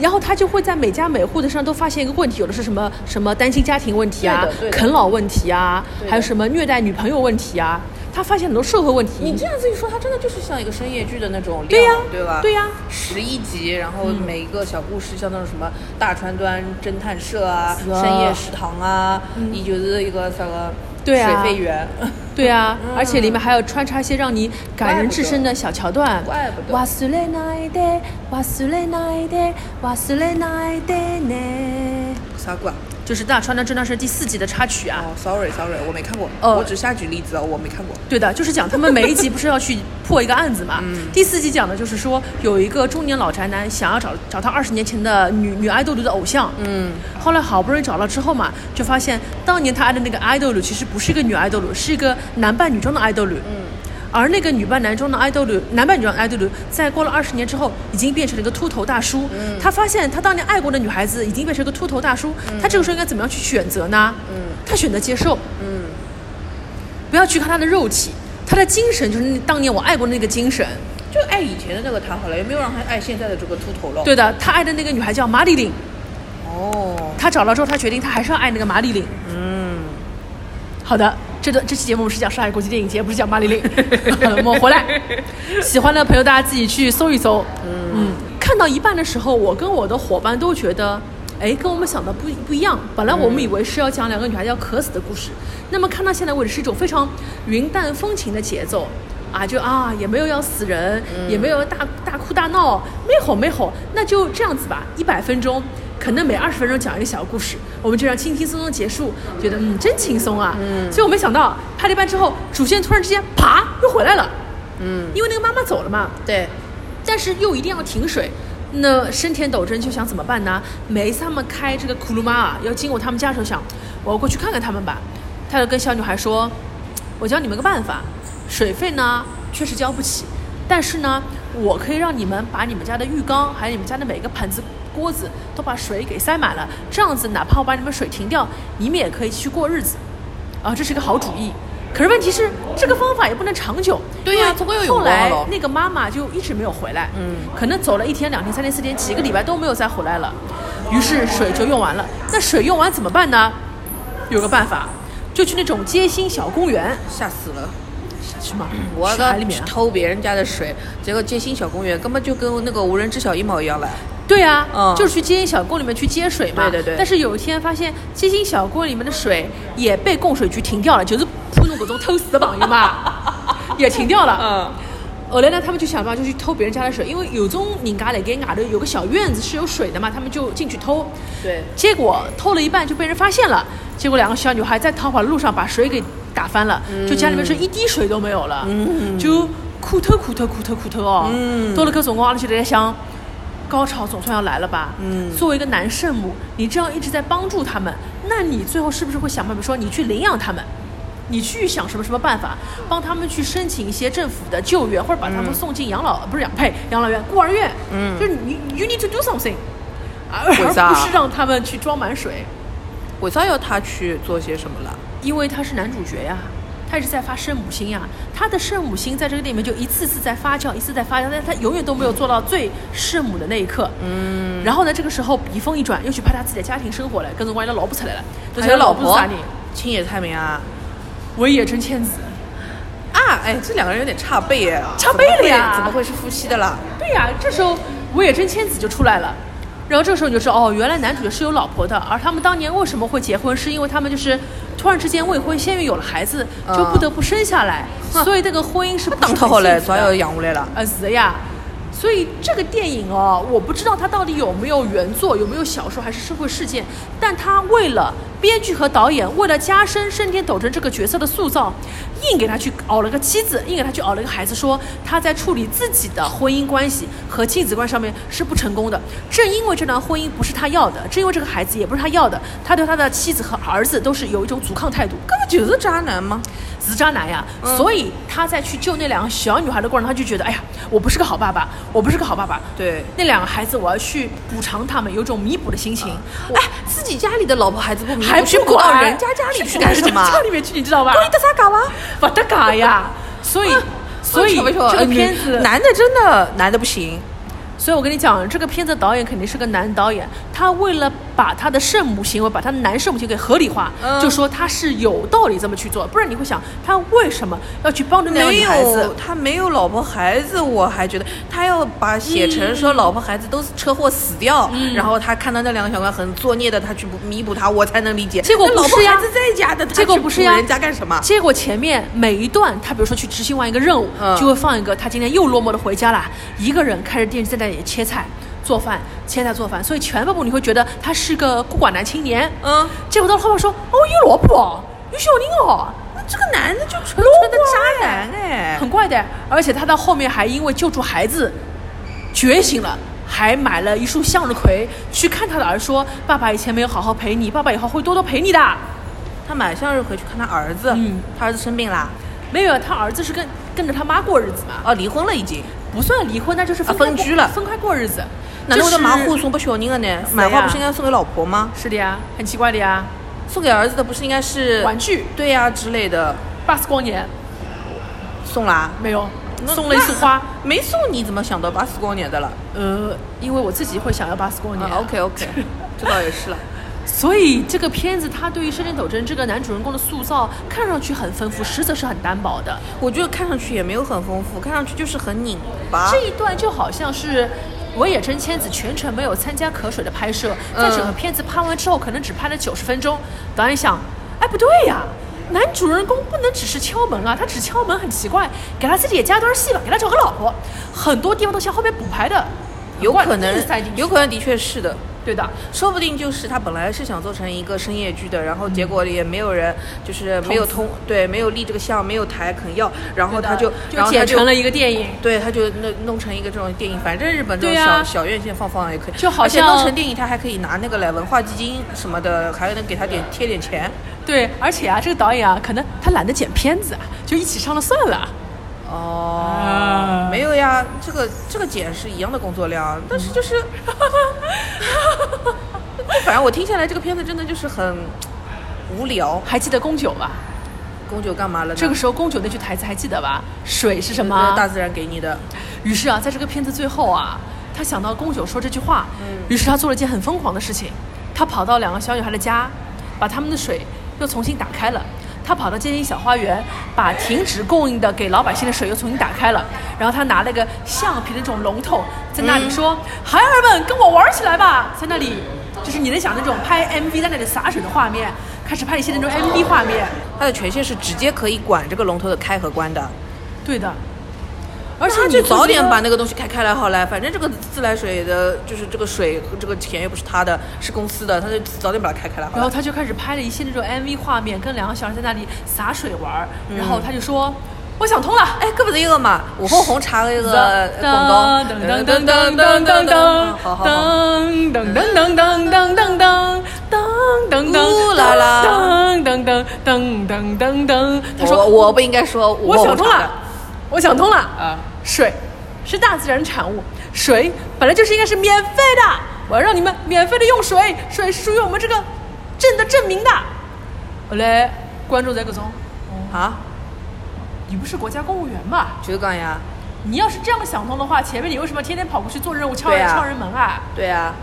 [SPEAKER 2] 然后他就会在每家每户的身上都发现一个问题，有的是什么什么单亲家庭问题啊
[SPEAKER 1] 对的对，的
[SPEAKER 2] 啃老问题啊
[SPEAKER 1] 对，的
[SPEAKER 2] 还有什么虐待女朋友问题啊，他发现很多社会问题。
[SPEAKER 1] 你这样子一说，它真的就是像一个深夜剧的那种料，
[SPEAKER 2] 对呀
[SPEAKER 1] 对吧？
[SPEAKER 2] 对呀
[SPEAKER 1] 十一集，然后每一个小故事，像那种什么大川端侦探社啊、
[SPEAKER 2] 是啊
[SPEAKER 1] 深夜食堂啊，伊就是一个啥个
[SPEAKER 2] 对啊
[SPEAKER 1] 水费员，
[SPEAKER 2] 对啊，
[SPEAKER 1] 嗯
[SPEAKER 2] 而且里面还有穿插一些让你感人至深的小桥段。
[SPEAKER 1] 怪不得
[SPEAKER 2] 哇苏嘞奈德，哇苏嘞奈德，哇苏嘞奈德呢，
[SPEAKER 1] 啥鬼啊？
[SPEAKER 2] 就是大川的这段是第四集的插曲啊。
[SPEAKER 1] 哦，sorry sorry，我没看过，
[SPEAKER 2] 哦
[SPEAKER 1] 我只瞎举例子啊，我没看过。
[SPEAKER 2] 对的，就是讲他们每一集不是要去破一个案子嘛。第四集讲的就是说，有一个中年老宅男想要找找他二十年前的女女爱豆里的偶像。嗯。后来好不容易找到之后嘛，就发现当年他爱的那个爱豆里其实不是一个女爱豆里，是一个男扮女装的爱豆里。嗯。而那个女扮男装的爱豆里，男扮女装的爱豆里，在过了二十年之后，已经变成了一个秃头大叔。他发现他当年爱过的女孩子已经变成一个秃头大叔，他这个时候应该怎么样去选择呢？他选择接受。不要去看他的肉体，他的精神就是那当年我爱过的那个精神。
[SPEAKER 1] 就爱以前的那个他好了，也没有让他爱现在的这个秃头了。，
[SPEAKER 2] 对的，他爱的那个女孩叫马丽琳，
[SPEAKER 1] 哦，
[SPEAKER 2] 他找到之后，他决定他还是要爱那个马丽琳。嗯，好的，这段这期节目我们是讲上海国际电影节，不是讲马丽琳。 好了我们回来，喜欢的朋友大家自己去搜一搜。嗯，看到一半的时候，我跟我的伙伴都觉得。哎，跟我们想的不不一样。本来我们以为是要讲两个女孩子要渴死的故事，那么看到现在为止是一种非常云淡风轻的节奏，啊，就啊也没有要死人，也没有要大大哭大闹，没吼没吼，那就这样子吧。一百分钟，可能每二十分钟讲一个小故事，我们就这样轻轻松松结束，觉得嗯真轻松啊。嗯，所以我没想到拍了一半之后，主线突然之间啪又回来了，
[SPEAKER 1] 嗯，
[SPEAKER 2] 因为那个妈妈走了嘛。
[SPEAKER 1] 对，
[SPEAKER 2] 但是又一定要停水。那深田斗真就想怎么办呢？每一次他们开这个库鲁玛啊，要经过他们家的时候，想我要过去看看他们吧。他就跟小女孩说：“我教你们个办法，水费呢确实交不起，但是呢，我可以让你们把你们家的浴缸，还有你们家的每个盆子、锅子都把水给塞满了。这样子，哪怕我把你们水停掉，你们也可以去过日子。啊，这是个好主意。可是问题是，这个方法也不能长久。
[SPEAKER 1] 对呀
[SPEAKER 2] 因为
[SPEAKER 1] 总归有
[SPEAKER 2] 后来
[SPEAKER 1] 用光了
[SPEAKER 2] 那个妈妈就一直没有回来，
[SPEAKER 1] 嗯
[SPEAKER 2] 可能走了一天、两天、三天、四天，几个礼拜都没有再回来了。于是水就用完了。那水用完怎么办呢？有个办法，就去那种街心小公园，
[SPEAKER 1] 吓死了！
[SPEAKER 2] 下去嘛，
[SPEAKER 1] 嗯我
[SPEAKER 2] 去海
[SPEAKER 1] 刚
[SPEAKER 2] 里面啊。
[SPEAKER 1] 偷别人家的水，结果街心小公园根本就跟那个无人知晓一毛一样了。
[SPEAKER 2] 对啊，
[SPEAKER 1] 嗯
[SPEAKER 2] 就是去街心小公里面去接水嘛。
[SPEAKER 1] 对对对
[SPEAKER 2] 但是有一天发现街心小公里面的水也被供水局停掉了，就是普通搿种偷水的朋 友嘛，也停掉了。
[SPEAKER 1] 嗯，
[SPEAKER 2] 后来呢，他们就想办法就去偷别人家的水，因为有种人家来给外头有个小院子是有水的嘛，他们就进去偷。
[SPEAKER 1] 对
[SPEAKER 2] 结果偷了一半就被人发现了，结果两个小女孩在逃跑的路上把水给打翻了，就家里面是一滴水都没有了，就苦头苦头苦头苦头哦。到了搿辰光，阿拉就在想，高潮总算要来了吧？作为一个男圣母，你这样一直在帮助他们，那你最后是不是会想办法说你去领养他们？你去想什么什么办法，帮他们去申请一些政府的救援，或者把他们送进养老、不是养呸养老院、孤儿院。嗯，就是你 you need to do something，而
[SPEAKER 1] 为啥
[SPEAKER 2] 而不是让他们去装满水，
[SPEAKER 1] 为啥要他去做些什么了？
[SPEAKER 2] 因为他是男主角呀，他一直在发圣母心呀，他的圣母心在这个电影里面就一次次在发酵，一次在发酵，但他永远都没有做到最圣母的那一刻。嗯，然后呢，这个时候笔锋一转，又去拍他自己的家庭生活了，跟着关系他老婆出来了，就
[SPEAKER 1] 还
[SPEAKER 2] 是
[SPEAKER 1] 有
[SPEAKER 2] 他
[SPEAKER 1] 老
[SPEAKER 2] 老婆
[SPEAKER 1] 婆
[SPEAKER 2] 是啥人？
[SPEAKER 1] 青野菜明啊
[SPEAKER 2] 尾野真千子。
[SPEAKER 1] 啊！哎，这两个人有点差辈哎，
[SPEAKER 2] 差辈了呀
[SPEAKER 1] 怎么会怎么会是夫妻的啦？
[SPEAKER 2] 对呀、这时候尾野真千子就出来了。然后这个时候你就知道，哦，原来男主角是有老婆的，而他们当年为什么会结婚，是因为他们就是突然之间未婚先孕有了孩子，就
[SPEAKER 1] 嗯
[SPEAKER 2] 不得不生下来，
[SPEAKER 1] 哼
[SPEAKER 2] 所以这个婚姻是不
[SPEAKER 1] 当
[SPEAKER 2] 特
[SPEAKER 1] 特好嘞，早要养下来了。
[SPEAKER 2] 呃是的呀。所以这个电影哦，我不知道它到底有没有原作，有没有小说，还是社会事件。但它为了编剧和导演，为了加深盛天斗真这个角色的塑造，硬给他去熬了个妻子，硬给他去熬了个孩子说，他在处理自己的婚姻关系和亲子关系上面是不成功的。正因为这段婚姻不是他要的，正因为这个孩子也不是他要的，他对他的妻子和儿子都是有一种阻抗态度。
[SPEAKER 1] 根本就是渣男吗？
[SPEAKER 2] 死渣男呀，
[SPEAKER 1] 嗯
[SPEAKER 2] 所以他在去救那两个小女孩的过程，他就觉得，哎呀，我不是个好爸爸，我不是个好爸爸。
[SPEAKER 1] 对
[SPEAKER 2] 那两个孩子，我要去补偿他们，有种弥补的心情。
[SPEAKER 1] 哎，自己家里的老婆孩子嗯不明，
[SPEAKER 2] 还
[SPEAKER 1] 我去
[SPEAKER 2] 管
[SPEAKER 1] 滚到人家家里去干什么？啊
[SPEAKER 2] 去人家 家里面去，你知道吧？
[SPEAKER 1] 你得啥啊嘎哇？
[SPEAKER 2] 不得嘎呀！所以，所以
[SPEAKER 1] 哎瞧不瞧
[SPEAKER 2] 这
[SPEAKER 1] 哎
[SPEAKER 2] 个
[SPEAKER 1] 女
[SPEAKER 2] 片子
[SPEAKER 1] 男的真的男的不行，
[SPEAKER 2] 所以我跟你讲，这个片子导演肯定是个男导演，他为了把他的圣母行为，把他的男圣母行为给合理化，
[SPEAKER 1] 嗯
[SPEAKER 2] 就说他是有道理这么去做，不然你会想他为什么要去帮助那两个
[SPEAKER 1] 没
[SPEAKER 2] 女孩子
[SPEAKER 1] 有？他没有老婆孩子，我还觉得他要把写成说老婆孩子都是车祸死掉，然后他看到那两个小孩很作孽的，他去弥补他，我才能理解。
[SPEAKER 2] 结果
[SPEAKER 1] 那老
[SPEAKER 2] 不
[SPEAKER 1] 婆
[SPEAKER 2] 是呀
[SPEAKER 1] 孩子在家的，他
[SPEAKER 2] 结果
[SPEAKER 1] 去
[SPEAKER 2] 不是
[SPEAKER 1] 补
[SPEAKER 2] 呀
[SPEAKER 1] 人家干什么？
[SPEAKER 2] 结果前面每一段，他比如说去执行完一个任务，
[SPEAKER 1] 嗯
[SPEAKER 2] 就会放一个他今天又落寞的回家啦，一个人开着电视在那里切菜、做饭、切菜做饭，所以前半部你会觉得他是个孤寡男青年，
[SPEAKER 1] 嗯，
[SPEAKER 2] 结果到了后面说，哦，有老婆哦，有小人哦，
[SPEAKER 1] 那这个男的就纯纯的渣男哎，
[SPEAKER 2] 很怪的，而且他到后面还因为救助孩子觉醒了。还买了一束向日葵，去看他的儿说：“爸爸以前没有好好陪你，爸爸以后会多多陪你的。”
[SPEAKER 1] 他买向日葵去看他儿子，
[SPEAKER 2] 嗯
[SPEAKER 1] 他儿子生病啦，
[SPEAKER 2] 没有，他儿子是跟跟着他妈过日子嘛。
[SPEAKER 1] 哦，离婚了已经。
[SPEAKER 2] 不算离婚，那就是分
[SPEAKER 1] 啊
[SPEAKER 2] 开
[SPEAKER 1] 分
[SPEAKER 2] 过
[SPEAKER 1] 居了
[SPEAKER 2] 分开过日子。
[SPEAKER 1] 哪能会得
[SPEAKER 2] 就是
[SPEAKER 1] 买花送拨小人的呢？买花不是应该送给老婆吗？
[SPEAKER 2] 是的呀，很奇怪的呀。
[SPEAKER 1] 送给儿子的不是应该是
[SPEAKER 2] 玩具
[SPEAKER 1] 对呀、之类的
[SPEAKER 2] 八十光年
[SPEAKER 1] 送啦？
[SPEAKER 2] 没有，
[SPEAKER 1] 那
[SPEAKER 2] 送了一束花。，
[SPEAKER 1] 那没送你怎么想到八十光年的了？
[SPEAKER 2] 呃，因为我自己会想要八十光年。
[SPEAKER 1] 啊，OK OK，这 倒也是了。
[SPEAKER 2] 所以这个片子它对于深圳斗争这个男主人公的塑造，看上去很丰富，实则是很单薄的。
[SPEAKER 1] 我觉得看上去也没有很丰富，看上去就是很拧巴
[SPEAKER 2] 这。一段就好像是。尾野真千子全程没有参加可水的拍摄，
[SPEAKER 1] 嗯
[SPEAKER 2] 在整个片子拍完之后，可能只拍了九十分钟。导演想，哎，不对呀，男主人公不能只是敲门啊，他只敲门很奇怪，给他自己也加段戏吧，给他找个老婆。很多地方都向后面补拍的，
[SPEAKER 1] 有可能
[SPEAKER 2] 硬塞进，去
[SPEAKER 1] 有可能的确是的，
[SPEAKER 2] 对的，
[SPEAKER 1] 说不定就是他本来是想做成一个深夜剧的，然后结果也没有人，就是没有
[SPEAKER 2] 投
[SPEAKER 1] 通，对，没有立这个项，没有台肯要，然后他就，
[SPEAKER 2] 对的
[SPEAKER 1] 然
[SPEAKER 2] 嗯就
[SPEAKER 1] 后
[SPEAKER 2] 剪
[SPEAKER 1] 他就
[SPEAKER 2] 成了一个电影。
[SPEAKER 1] 对，他就弄弄成一个这种电影，反正日本这种
[SPEAKER 2] 对
[SPEAKER 1] 小、
[SPEAKER 2] 呀
[SPEAKER 1] 小院线放放也可以，
[SPEAKER 2] 就好
[SPEAKER 1] 而且
[SPEAKER 2] 像
[SPEAKER 1] 弄成电影，他还可以拿那个来文化基金什么的，还能给他点贴点钱。
[SPEAKER 2] 对，而且啊，这个导演啊，可能他懒得剪片子啊，就一起上了算了。
[SPEAKER 1] 哦，没有呀，这个这个姐是一样的工作量，但是就是， 反正我听下来这个片子真的就是很无聊。
[SPEAKER 2] 还记得宫九吧？
[SPEAKER 1] 宫九干嘛了呢？
[SPEAKER 2] 这个时候宫九那句台词还记得吧？水是什
[SPEAKER 1] 那
[SPEAKER 2] 么
[SPEAKER 1] 是？大自然给你的，
[SPEAKER 2] 于是啊，在这个片子最后啊，他想到宫九说这句话，于是他做了一件很疯狂的事情，他跑到两个小女孩的家，把他们的水又重新打开了。他跑到街心小花园，把停止供应的给老百姓的水又重新打开了。然后他拿了个橡皮的那种龙头，在那里说：“孩儿们，跟我玩起来吧！”在那里，就是你能想那种拍 MV 在那里洒水的画面，开始拍一些那种 MV 画面。
[SPEAKER 1] 它的权限是直接可以管这个龙头的开和关的。
[SPEAKER 2] 对的，而且
[SPEAKER 1] 那
[SPEAKER 2] 你
[SPEAKER 1] 就
[SPEAKER 2] 会
[SPEAKER 1] 早
[SPEAKER 2] 觉
[SPEAKER 1] 点
[SPEAKER 2] 得
[SPEAKER 1] 把那个东西开开来好了，反正这个自来水的，就是这个水和这个钱又不是他的，是公司的，他就早点把它开开来好
[SPEAKER 2] 然后
[SPEAKER 1] 了。
[SPEAKER 2] 他就开始拍了一些那种 MV 画面，跟两个小孩在那里洒水玩儿。然后他就说：“我想通了。”
[SPEAKER 1] 哎，搿不是一个嘛？午后红茶的一个呃广告，
[SPEAKER 2] 噔噔噔噔噔噔噔，
[SPEAKER 1] 好好好，
[SPEAKER 2] 噔噔噔噔噔噔噔噔噔噔，噔噔噔噔噔噔噔。他说：“
[SPEAKER 1] 我我不应该说午
[SPEAKER 2] 我
[SPEAKER 1] 后
[SPEAKER 2] 想
[SPEAKER 1] 红
[SPEAKER 2] 通
[SPEAKER 1] 茶
[SPEAKER 2] 了
[SPEAKER 1] 的，，
[SPEAKER 2] 我想通了
[SPEAKER 1] 啊！
[SPEAKER 2] 水是大自然产物，水本来就是应该是免费的，我要让你们免费的用水，水是属于我们这个镇的镇民的。后来观众在各种，
[SPEAKER 1] 啊，
[SPEAKER 2] 你不是国家公务员吧？
[SPEAKER 1] 就是讲呀，
[SPEAKER 2] 你要是这样想通的话，前面你为什么天天跑过去做任务敲
[SPEAKER 1] 对
[SPEAKER 2] 人、
[SPEAKER 1] 啊
[SPEAKER 2] 敲人门啊？
[SPEAKER 1] 对啊，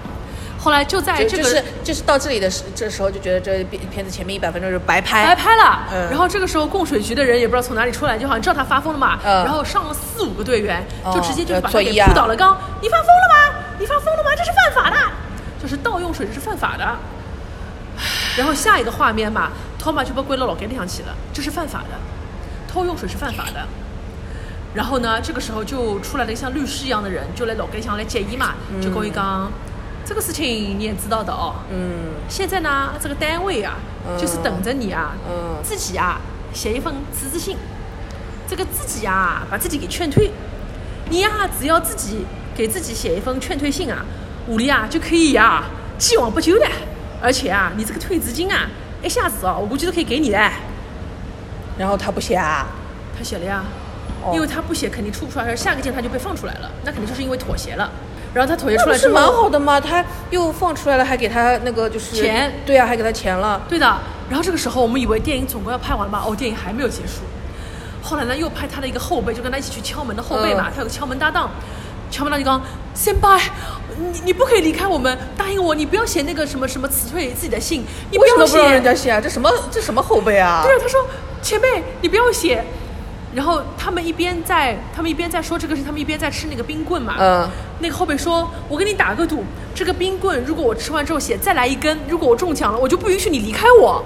[SPEAKER 2] 后来就在
[SPEAKER 1] 就
[SPEAKER 2] 这
[SPEAKER 1] 就
[SPEAKER 2] 个
[SPEAKER 1] 是就是到这里的时这时候就觉得这片片子前面一百分钟是白拍，
[SPEAKER 2] 白哎拍了。
[SPEAKER 1] 嗯
[SPEAKER 2] 然后这个时候供水局的人也不知道从哪里出来，就好像知道他发疯了嘛，
[SPEAKER 1] 嗯
[SPEAKER 2] 然后上了四五个队员，
[SPEAKER 1] 哦
[SPEAKER 2] 就直接就是把他
[SPEAKER 1] 要作
[SPEAKER 2] 给
[SPEAKER 1] 揖啊
[SPEAKER 2] 扑倒了缸。你发疯了吗？你发疯了吗？这是犯法的，就是盗用水这是犯法的。然后下一个画面嘛，托马就被归到老给里向去了，这是犯法的，偷用水是犯法的。然后呢，这个时候就出来了一个像律师一样的人，就来老给里向来建议嘛，就跟我讲，这个事情你也知道的哦，
[SPEAKER 1] 嗯
[SPEAKER 2] 现在呢，这个单位啊，
[SPEAKER 1] 嗯
[SPEAKER 2] 就是等着你啊，
[SPEAKER 1] 嗯
[SPEAKER 2] 自己啊写一份辞职信，这个自己啊把自己给劝退，你呀、只要自己给自己写一封劝退信啊，屋里啊就可以呀、既往不咎的，而且啊，你这个退职金啊，一下子哦，我估计都可以给你的。
[SPEAKER 1] 然后他不写啊，
[SPEAKER 2] 他写了呀，
[SPEAKER 1] 哦
[SPEAKER 2] 因为他不写肯定出不出来，下个阶段他就被放出来了，那肯定就是因为妥协了。然后他妥协
[SPEAKER 1] 那
[SPEAKER 2] 出
[SPEAKER 1] 不
[SPEAKER 2] 来
[SPEAKER 1] 是
[SPEAKER 2] 之后，
[SPEAKER 1] 蛮好的吗？他又放出来了，还给他那个就是
[SPEAKER 2] 钱
[SPEAKER 1] 对啊，还给他钱了。
[SPEAKER 2] 对的。然后这个时候我们以为电影总归要拍完吧，哦，电影还没有结束。后来呢，又派他的一个后辈，就跟他一起去敲门的后辈嘛，
[SPEAKER 1] 嗯
[SPEAKER 2] 他有个敲门搭档，敲门搭档就讲：“先拜，你你不可以离开我们，答应我，你不要写那个什么什么辞退自己的信，你不
[SPEAKER 1] 为什
[SPEAKER 2] 要
[SPEAKER 1] 么
[SPEAKER 2] 写。
[SPEAKER 1] 不”让人家写啊？这什么这什么后辈啊？
[SPEAKER 2] 对啊，他说：“前辈，你不要写。”然后他们一边在他们一边在说这个事，他们一边在吃那个冰棍嘛。
[SPEAKER 1] 嗯
[SPEAKER 2] 那个后辈说：“我跟你打个赌，这个冰棍如果我吃完之后写再来一根，如果我中奖了，我就不允许你离开我。”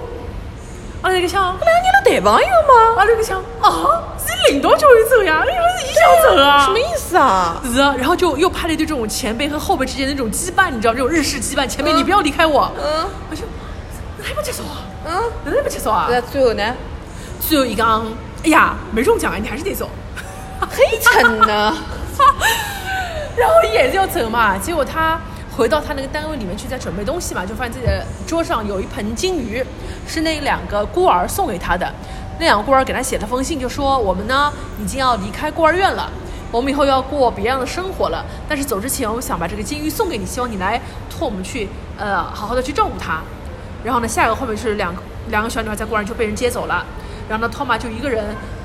[SPEAKER 2] 阿那个想，
[SPEAKER 1] 那你的对朋友吗？
[SPEAKER 2] 阿那个想，啊，是领导叫你走呀，你不是你想走啊？
[SPEAKER 1] 什么意思啊？
[SPEAKER 2] 思啊？然后就又拍了一对这种前辈和后辈之间的那种羁绊，你知道这种日式羁绊，前辈你不要离开我。
[SPEAKER 1] 嗯
[SPEAKER 2] 我就，哪还不接受啊？
[SPEAKER 1] 嗯，
[SPEAKER 2] 哪还不接受啊？
[SPEAKER 1] 那最后呢？
[SPEAKER 2] 最后一缸，哎呀，没中奖啊，你还是得走。 啊
[SPEAKER 1] 黑 沉呢？
[SPEAKER 2] 然后也就走嘛。结果他回到他那个单位里面去，在准备东西嘛，就发现自己的桌上有一盆金鱼，是那两个孤儿送给他的。那两个孤儿给他写了封信，就说我们呢已经要离开孤儿院了。我们以后要过别样的生活了，但是走之前，我们想把这个金鱼送给你，希望你来托我们去，呃，好好的去照顾它。然后呢，下一个后面是两个两个小女孩在孤儿院就被人接走了，然后呢，托马就一个人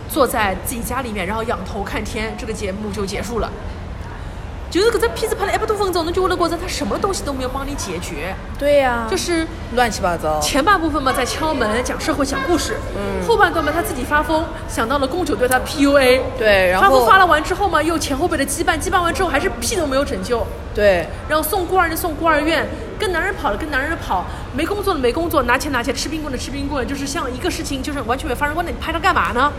[SPEAKER 2] 坐在自己家里面，然后仰头看天，这个节目就结束了。就是搿只片子拍了一百多分钟，侬就会得觉着他什么东西都没有帮你解决，
[SPEAKER 1] 对呀，
[SPEAKER 2] 就是是
[SPEAKER 1] 乱七八糟。
[SPEAKER 2] 前半部分嘛在敲门讲社会讲故事，
[SPEAKER 1] 嗯
[SPEAKER 2] 后半段嘛他自己发疯，想到了公主对他 PUA，
[SPEAKER 1] 对然后
[SPEAKER 2] 发疯发了完之后嘛又前后辈的羁绊，羁绊完之后还是屁都没有拯救，
[SPEAKER 1] 对，
[SPEAKER 2] 然后送孤儿的送孤儿院，跟男人跑的跟男人跑，没工作的没工作，拿钱拿钱，吃冰棍的吃冰棍，就是像一个事情就是完全没有发生过，那你拍它干嘛呢？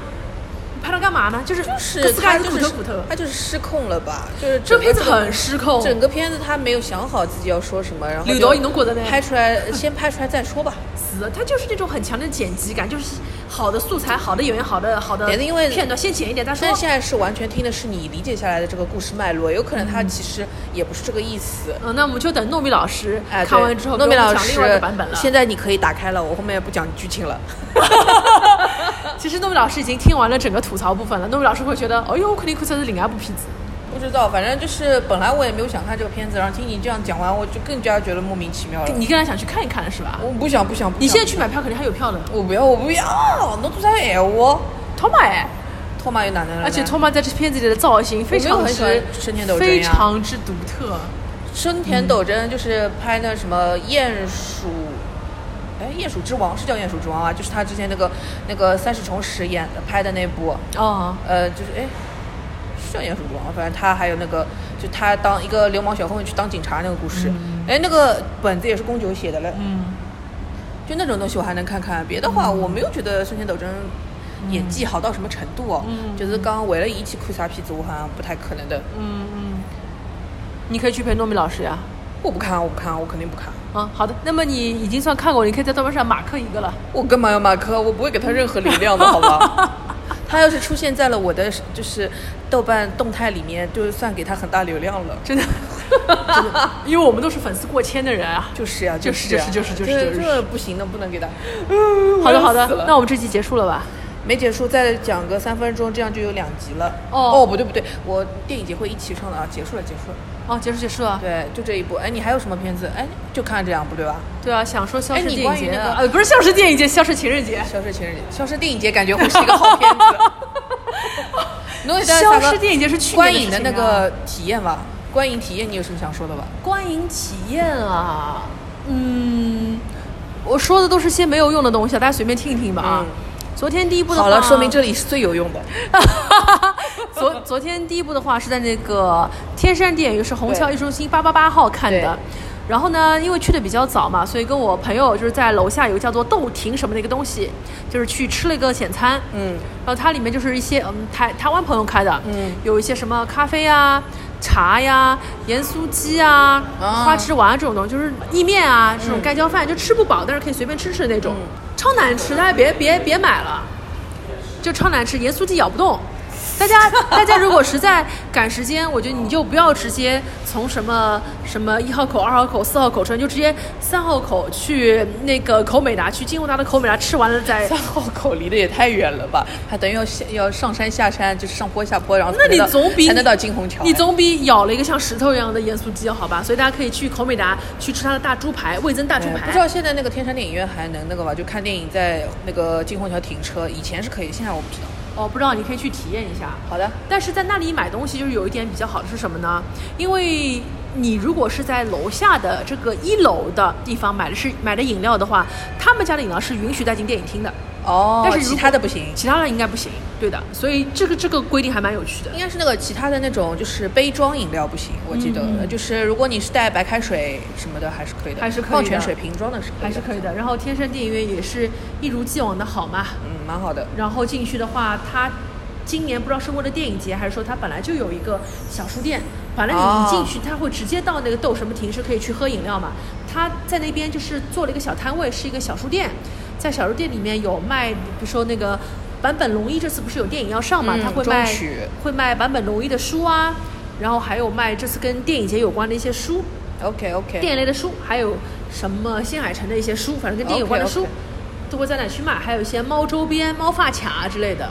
[SPEAKER 2] 你拍它干嘛呢？就是就
[SPEAKER 1] 就是他
[SPEAKER 2] 盖子
[SPEAKER 1] 就
[SPEAKER 2] 骨头
[SPEAKER 1] 是
[SPEAKER 2] 骨头。
[SPEAKER 1] 他就是失控了吧？就是整
[SPEAKER 2] 这
[SPEAKER 1] 个
[SPEAKER 2] 片子
[SPEAKER 1] 个
[SPEAKER 2] 很失控，
[SPEAKER 1] 整个片子他没有想好自己要说什么，然后
[SPEAKER 2] 刘
[SPEAKER 1] 就
[SPEAKER 2] 导演侬觉得呢
[SPEAKER 1] 拍出来先拍出来再说吧。
[SPEAKER 2] 死，它就是那种很强的剪辑感，就是好的素材、好的演员、好的好的
[SPEAKER 1] 别的因为
[SPEAKER 2] 片段先剪一点，再说
[SPEAKER 1] 但现在是完全听的是你理解下来的这个故事脉络，有可能他其实也不是这个意思。
[SPEAKER 2] 嗯，那我们就等糯米老师
[SPEAKER 1] 哎，
[SPEAKER 2] 看
[SPEAKER 1] 对
[SPEAKER 2] 完之后，
[SPEAKER 1] 糯米老
[SPEAKER 2] 讲另外
[SPEAKER 1] 师
[SPEAKER 2] 一个版本 了。
[SPEAKER 1] 现在你可以打开了，我后面也不讲剧情了。
[SPEAKER 2] 其实糯米老师已经听完了整个吐槽部分了，糯米老师会觉得，哎哟，肯定看出是另外一部片子。
[SPEAKER 1] 不知道，反正就是本来我也没有想看这个片子，然后听你这样讲完，我就更加觉得莫名其妙了。
[SPEAKER 2] 你更加想去看一看了是吧？
[SPEAKER 1] 我不呃想不想，不想
[SPEAKER 2] 你现在去买票肯定还有票的，
[SPEAKER 1] 我不要我不要，侬做啥爱我？
[SPEAKER 2] 托马哎，
[SPEAKER 1] 托马又哪能了呢？
[SPEAKER 2] 而且托马在这片子里的造型非
[SPEAKER 1] 我
[SPEAKER 2] 常
[SPEAKER 1] 没有很喜欢
[SPEAKER 2] 之
[SPEAKER 1] 深田斗真啊
[SPEAKER 2] 非
[SPEAKER 1] 呀
[SPEAKER 2] 常之独特。
[SPEAKER 1] 生田斗真就是拍那什么鼹鼠，哎，鼹鼠之王是叫鼹鼠之王啊，就是他之前那个那个三十重石演的拍的那部，
[SPEAKER 2] 哦，
[SPEAKER 1] 呃，就是哎，是叫鼹鼠之王，反正他还有那个就他当一个流氓小混混去当警察那个故事，哎、那个本子也是宫九写的了，
[SPEAKER 2] 嗯，
[SPEAKER 1] 就那种东西我还能看看，别的话我没有觉得生田斗真。演技好到什么程度哦？
[SPEAKER 2] 嗯
[SPEAKER 1] 就是刚刚为了一起看啥片子，我好像不太可能的。
[SPEAKER 2] 嗯嗯，你可以去陪糯米老师呀。
[SPEAKER 1] 我不看，我不看，我肯定不看。
[SPEAKER 2] 啊，好的，那么你已经算看过，你可以在豆瓣上马克一个了。
[SPEAKER 1] 我干嘛要马克？我不会给他任何流量的，好吧？他要是出现在了我的就是豆瓣动态里面，就算给他很大流量了。
[SPEAKER 2] 真的，真的， 因为我们都是粉丝过千的人 啊。
[SPEAKER 1] 就是呀、
[SPEAKER 2] 就是
[SPEAKER 1] 呀
[SPEAKER 2] 就是就是
[SPEAKER 1] 这
[SPEAKER 2] 就是
[SPEAKER 1] 这不行的，不能给他。
[SPEAKER 2] 好的好的
[SPEAKER 1] 我要死，了
[SPEAKER 2] 那我们这期结束了吧？
[SPEAKER 1] 没结束，再讲个三分钟，这样就有两集了。
[SPEAKER 2] 哦
[SPEAKER 1] 不对不对，我电影节会一起上的啊，结束了结束了。
[SPEAKER 2] 哦，结束结束啊。
[SPEAKER 1] 对，就这一部。哎，你还有什么片子？哎，就看这两部对 吧？
[SPEAKER 2] 对啊，想说消
[SPEAKER 1] 哎
[SPEAKER 2] 失
[SPEAKER 1] 你
[SPEAKER 2] 电影
[SPEAKER 1] 关于
[SPEAKER 2] 节
[SPEAKER 1] 那个
[SPEAKER 2] 啊，呃，不是消失电影节，消失情人节。
[SPEAKER 1] 《消失情人节》，《消失电影节》感觉会是一个好片 子。 侬有得啥
[SPEAKER 2] 消
[SPEAKER 1] 个
[SPEAKER 2] 失电影节是去年
[SPEAKER 1] 观影
[SPEAKER 2] 的
[SPEAKER 1] 的
[SPEAKER 2] 事
[SPEAKER 1] 那
[SPEAKER 2] 情啊
[SPEAKER 1] 个体验吧？观影体验，你有什么想说的吧？
[SPEAKER 2] 观影体验啊，嗯，我说的都是些没有用的东西，啊，大家随便听一听吧啊。
[SPEAKER 1] 嗯
[SPEAKER 2] 昨天第一部的
[SPEAKER 1] 好
[SPEAKER 2] 话，
[SPEAKER 1] 了，说明这里是最有用的。
[SPEAKER 2] 昨昨天第一部的话是在那个天山电影院，是虹桥艺术中心八八八号看
[SPEAKER 1] 对
[SPEAKER 2] 的。然后呢，因为去的比较早嘛，所以跟我朋友就是在楼下有个叫做豆亭什么的一个东西，就是去吃了一个简餐。
[SPEAKER 1] 嗯，
[SPEAKER 2] 然后它里面就是一些嗯台台湾朋友开的，
[SPEAKER 1] 嗯
[SPEAKER 2] 有一些什么咖啡啊、茶呀、盐酥鸡啊、
[SPEAKER 1] 啊嗯
[SPEAKER 2] 花枝丸这种东西，就是意面啊这种盖浇饭，就吃不饱，但是可以随便吃吃的那种，超难吃，大家别别别买了，就超难吃，盐酥鸡咬不动。大家，大家如果实在赶时间，我觉得你就不要直接从什么什么一号口、二号口、四号口出来，就直接三号口去那个口美达，去金华达的口美达吃完了再
[SPEAKER 1] 三号口离得也太远了吧？还等于要下要上山下山，就是上坡下坡，然后才
[SPEAKER 2] 那
[SPEAKER 1] 能
[SPEAKER 2] 你
[SPEAKER 1] 到
[SPEAKER 2] 总比
[SPEAKER 1] 才能到
[SPEAKER 2] 你
[SPEAKER 1] 金虹桥。
[SPEAKER 2] 你总比咬了一个像石头一样的盐酥鸡要好吧？所以大家可以去口美达去吃它的大猪排，味增大猪
[SPEAKER 1] 哎
[SPEAKER 2] 排。
[SPEAKER 1] 不知道现在那个天山电影院还能那个吧？就看电影在那个金虹桥停车，以前是可以，现在我不知道。
[SPEAKER 2] 哦，不知道你可以去体验一下。
[SPEAKER 1] 好的，
[SPEAKER 2] 但是在那里买东西，就是有一点比较好的是什么呢？因为你如果是在楼下的这个一楼的地方买的是买的饮料的话，他们家的饮料是允许带进电影厅的，
[SPEAKER 1] 哦，
[SPEAKER 2] 但是如
[SPEAKER 1] 其
[SPEAKER 2] 果
[SPEAKER 1] 他的不行。
[SPEAKER 2] 其他的应该不行。对的，所以这个这个规定还蛮有趣的
[SPEAKER 1] 应。该是那个其他的那种，就是杯装饮料不行，我记得，就是如果你是带白开水什么的，还是可以的，
[SPEAKER 2] 嗯还是可以的
[SPEAKER 1] 矿泉水瓶装的是可以的
[SPEAKER 2] 还是可以的。然后天山电影院也是一如既往的好嘛，
[SPEAKER 1] 嗯，蛮好的。
[SPEAKER 2] 然后进去的话，它今年不知道是为了电影节，还是说它本来就有一个小书店，反正你一进去，它会直接到那个豆什么亭是可以去喝饮料嘛。它在那边就是做了一个小摊位，是一个小书店，在小书店里面有卖，比如说那个坂本龙一这次不是有电影要上嘛，
[SPEAKER 1] 嗯
[SPEAKER 2] 他会卖
[SPEAKER 1] 中曲
[SPEAKER 2] 会卖坂本龙一的书啊，然后还有卖这次跟电影节有关的一些书。
[SPEAKER 1] OK OK，
[SPEAKER 2] 电影类的书，还有什么新海诚的一些书，反正跟电影有关的书
[SPEAKER 1] OK，OK
[SPEAKER 2] 都会在那去买，还有一些猫周边、猫发卡之类的。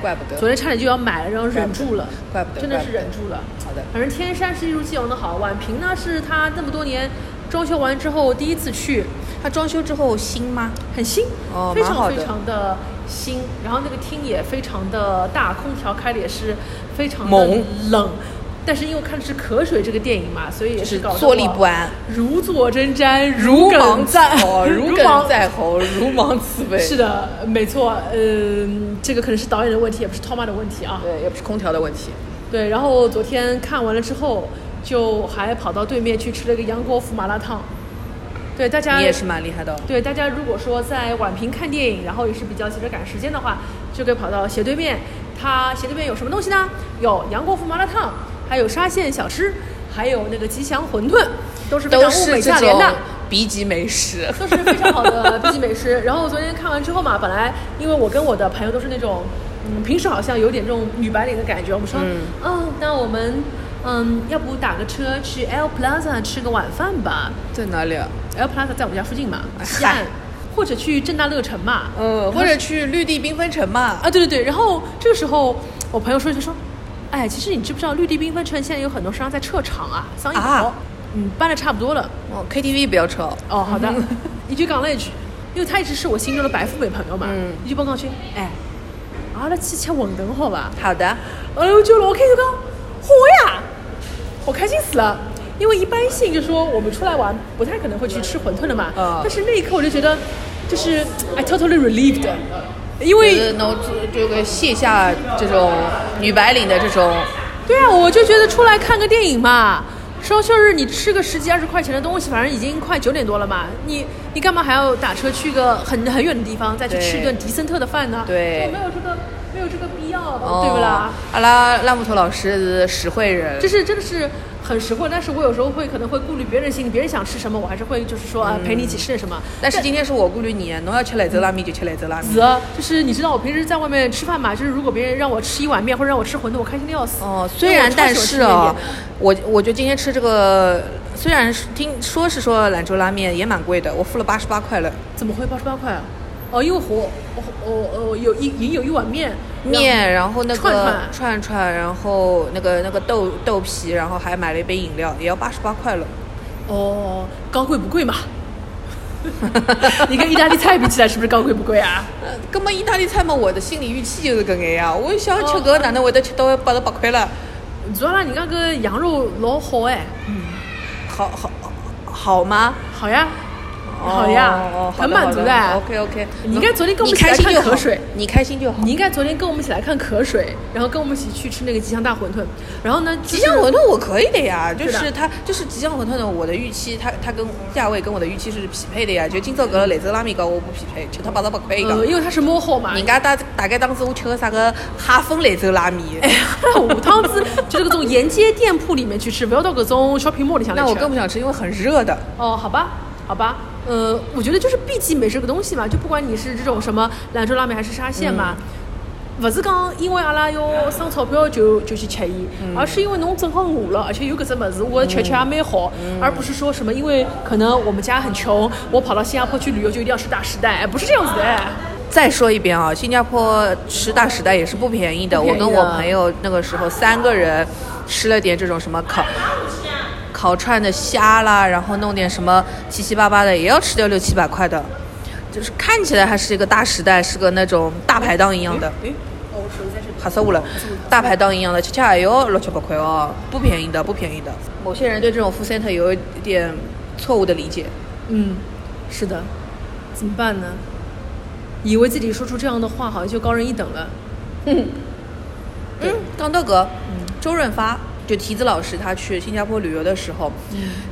[SPEAKER 1] 怪不得
[SPEAKER 2] 昨。天差点就要买了，然后忍住了，
[SPEAKER 1] 怪不得怪不得
[SPEAKER 2] 真的是忍住了。
[SPEAKER 1] 好的，
[SPEAKER 2] 反正天山是一如既往的好，宛平呢是他那么多年装修完之后第一次去，
[SPEAKER 1] 它装修之后新吗？
[SPEAKER 2] 很新，
[SPEAKER 1] 哦
[SPEAKER 2] 非
[SPEAKER 1] 蛮好
[SPEAKER 2] 常
[SPEAKER 1] 的
[SPEAKER 2] 非常的新。然后那个厅也非常的大，空调开的也是非常的
[SPEAKER 1] 猛
[SPEAKER 2] 冷。但是因为我看的是《渴水》这个电影嘛，所以也
[SPEAKER 1] 就是
[SPEAKER 2] 搞得
[SPEAKER 1] 坐立
[SPEAKER 2] 我
[SPEAKER 1] 不安，
[SPEAKER 2] 如坐针毡，
[SPEAKER 1] 如
[SPEAKER 2] 鲠
[SPEAKER 1] 鲠在
[SPEAKER 2] 喉，
[SPEAKER 1] 喉，
[SPEAKER 2] 如
[SPEAKER 1] 如
[SPEAKER 2] 鲠
[SPEAKER 1] 鲠在喉，如芒刺背。
[SPEAKER 2] 是的，没错，嗯、这个可能是导演的问题，也不是 Toma 的问题啊。
[SPEAKER 1] 对，也不是空调的问题。
[SPEAKER 2] 对，然后昨天看完了之后，就还跑到对面去吃了一个杨国福麻辣烫。对大家
[SPEAKER 1] 你也是蛮厉害的哦。
[SPEAKER 2] 对大家如果说在宛平看电影，然后也是比较急着赶时间的话，就可以跑到斜对面。它斜对面有什么东西呢？有杨国福麻辣烫，还有沙县小吃，还有那个吉祥馄饨，都是非常
[SPEAKER 1] 都
[SPEAKER 2] 物美
[SPEAKER 1] 是
[SPEAKER 2] 价
[SPEAKER 1] 这
[SPEAKER 2] 廉
[SPEAKER 1] 种
[SPEAKER 2] 的。
[SPEAKER 1] B 级美 食，
[SPEAKER 2] 都是非常好的 B 级美食。然后我昨天看完之后嘛，本来因为我跟我的朋友都是那种，嗯，平时好像有点这种女白领的感觉，我们说，嗯
[SPEAKER 1] 嗯，
[SPEAKER 2] 那我们，嗯，要不打个车去 L Plaza 吃个晚饭吧
[SPEAKER 1] 在哪里啊？
[SPEAKER 2] ？L Plaza 在我们家附近嘛，西
[SPEAKER 1] 哎嗨
[SPEAKER 2] 岸。或者去正大乐城嘛，
[SPEAKER 1] 呃，
[SPEAKER 2] 然后
[SPEAKER 1] 或者去绿地缤纷城嘛，
[SPEAKER 2] 啊，对对对，然后这个时候我朋友说就说，哎，其实你知不知道绿地缤纷城现在有很多商家在撤场啊，生意不好
[SPEAKER 1] 啊，
[SPEAKER 2] 嗯，搬的差不多了。
[SPEAKER 1] 哦，KTV 不要撤哦，
[SPEAKER 2] 哦，好 的，你就讲了一句，因为他一直是我心中的白富美朋友嘛，
[SPEAKER 1] 嗯
[SPEAKER 2] 你就帮我去，哎，阿拉去吃馄饨好吧？
[SPEAKER 1] 好的，
[SPEAKER 2] 后来我哎就老开就讲，好呀，我开心死了。因为一般性就说我们出来玩不太可能会去吃馄饨的嘛，
[SPEAKER 1] 嗯
[SPEAKER 2] 但是那一刻我就觉得，就是 I totally relieved，因为
[SPEAKER 1] 就是能这个卸下这种女白领的这种，
[SPEAKER 2] 对啊，我就觉得出来看个电影嘛，双休日你吃个十几二十块钱的东西，反正已经快九点多了嘛，你你干嘛还要打车去个很很远的地方再去
[SPEAKER 1] 对
[SPEAKER 2] 吃一顿迪森特的饭呢？
[SPEAKER 1] 对
[SPEAKER 2] 就没有这个没有这个必要，
[SPEAKER 1] 哦
[SPEAKER 2] 对不啦？？
[SPEAKER 1] 阿拉拉木头老师是实惠人，
[SPEAKER 2] 就是真的是很实惠，但是我有时候会可能会顾虑别人心理，别人想吃什么，我还是会就是说啊、
[SPEAKER 1] 嗯
[SPEAKER 2] 陪你一起吃点什么。
[SPEAKER 1] 但是今天是我顾虑你，侬要吃兰州拉面就吃兰州拉面。
[SPEAKER 2] 子啊就是你知道我平时在外面吃饭嘛，就是如果别人让我吃一碗面或者让我吃馄饨，我开心的要死。
[SPEAKER 1] 哦，虽然但是哦，我我就今天吃这个，虽然是听说是说兰州拉面也蛮贵的，我付了八十八块了。
[SPEAKER 2] 怎么会八十八块啊？哦，因为我我我我有一也有一碗面，
[SPEAKER 1] 面，然后那个
[SPEAKER 2] 串串
[SPEAKER 1] 串串然后那个那个豆豆皮，然后还买了一杯饮料，也要八十八块了。
[SPEAKER 2] 然后哦，高贵不 贵嘛。你跟意大利菜比起来，是不是高贵不贵啊？
[SPEAKER 1] 呃根本意大利菜嘛，我的心理预期就是搿眼呀。我想吃搿，
[SPEAKER 2] 哦
[SPEAKER 1] 哪能会得吃到八十八块了？
[SPEAKER 2] 主要啦，人家个羊肉老好哎，
[SPEAKER 1] 好好好吗？
[SPEAKER 2] 好呀，好呀
[SPEAKER 1] 哦，
[SPEAKER 2] 很满足
[SPEAKER 1] 的。
[SPEAKER 2] 哎。
[SPEAKER 1] OK OK，
[SPEAKER 2] 你应该昨天跟我们一起
[SPEAKER 1] 开心
[SPEAKER 2] 来
[SPEAKER 1] 就
[SPEAKER 2] 看
[SPEAKER 1] 好
[SPEAKER 2] 河水，
[SPEAKER 1] 你开心就好。
[SPEAKER 2] 你应该昨天跟我们一起来看可水，然后跟我们一起去吃那个吉祥大馄饨，然后呢，就是
[SPEAKER 1] 吉祥馄饨我可以的呀，就是是
[SPEAKER 2] 的
[SPEAKER 1] 它就是吉祥馄饨的，我的预期它它跟价位跟我的预期是匹配的呀。就今朝搿个兰州拉面高我不匹配，吃它八十八块一
[SPEAKER 2] 呃，
[SPEAKER 1] 个。
[SPEAKER 2] 因为它是摸后嘛，
[SPEAKER 1] 人家大大概当时我吃个啥个哈风兰州拉面，
[SPEAKER 2] 哎五趟子就是搿种沿街店铺里面去吃，不要到搿种 shopping mall 里向 来
[SPEAKER 1] 那
[SPEAKER 2] 吃。
[SPEAKER 1] 我更不想吃，因为很热的。
[SPEAKER 2] 哦，好吧，好吧，呃，我觉得就是 B 级美食个东西嘛，就不管你是这种什么兰州拉面还是沙县嘛，勿是讲因为阿拉要省钞票就就去吃伊，而是因为侬正好饿了，而且有搿只物事，我吃吃也蛮好，而不是说什么因为可能我们家很穷，我跑到新加坡去旅游就一定要吃大时代，哎不是这样子的。哎
[SPEAKER 1] 再说一遍啊，新加坡吃大时代也是不便宜的。
[SPEAKER 2] 不便宜的
[SPEAKER 1] 我跟我朋友那个时候三个人吃了点这种什么烤烤串的虾啦，然后弄点什么七七八八的，也要吃掉六七百块的。就是看起来还是一个大时代，是个那种大排档一样的，
[SPEAKER 2] 哎，哦，手机在这里。
[SPEAKER 1] 吓死我了！大排档一样的，吃吃也要六七百块哦，不便宜的，不便宜的。某些人对这种 food center 有一点错误的理解。
[SPEAKER 2] 嗯，是的，怎么办呢？以为自己说出这样的话，好像就高人一等了。
[SPEAKER 1] 嗯，刚到哥，周润发就提子老师，他去新加坡旅游的时候，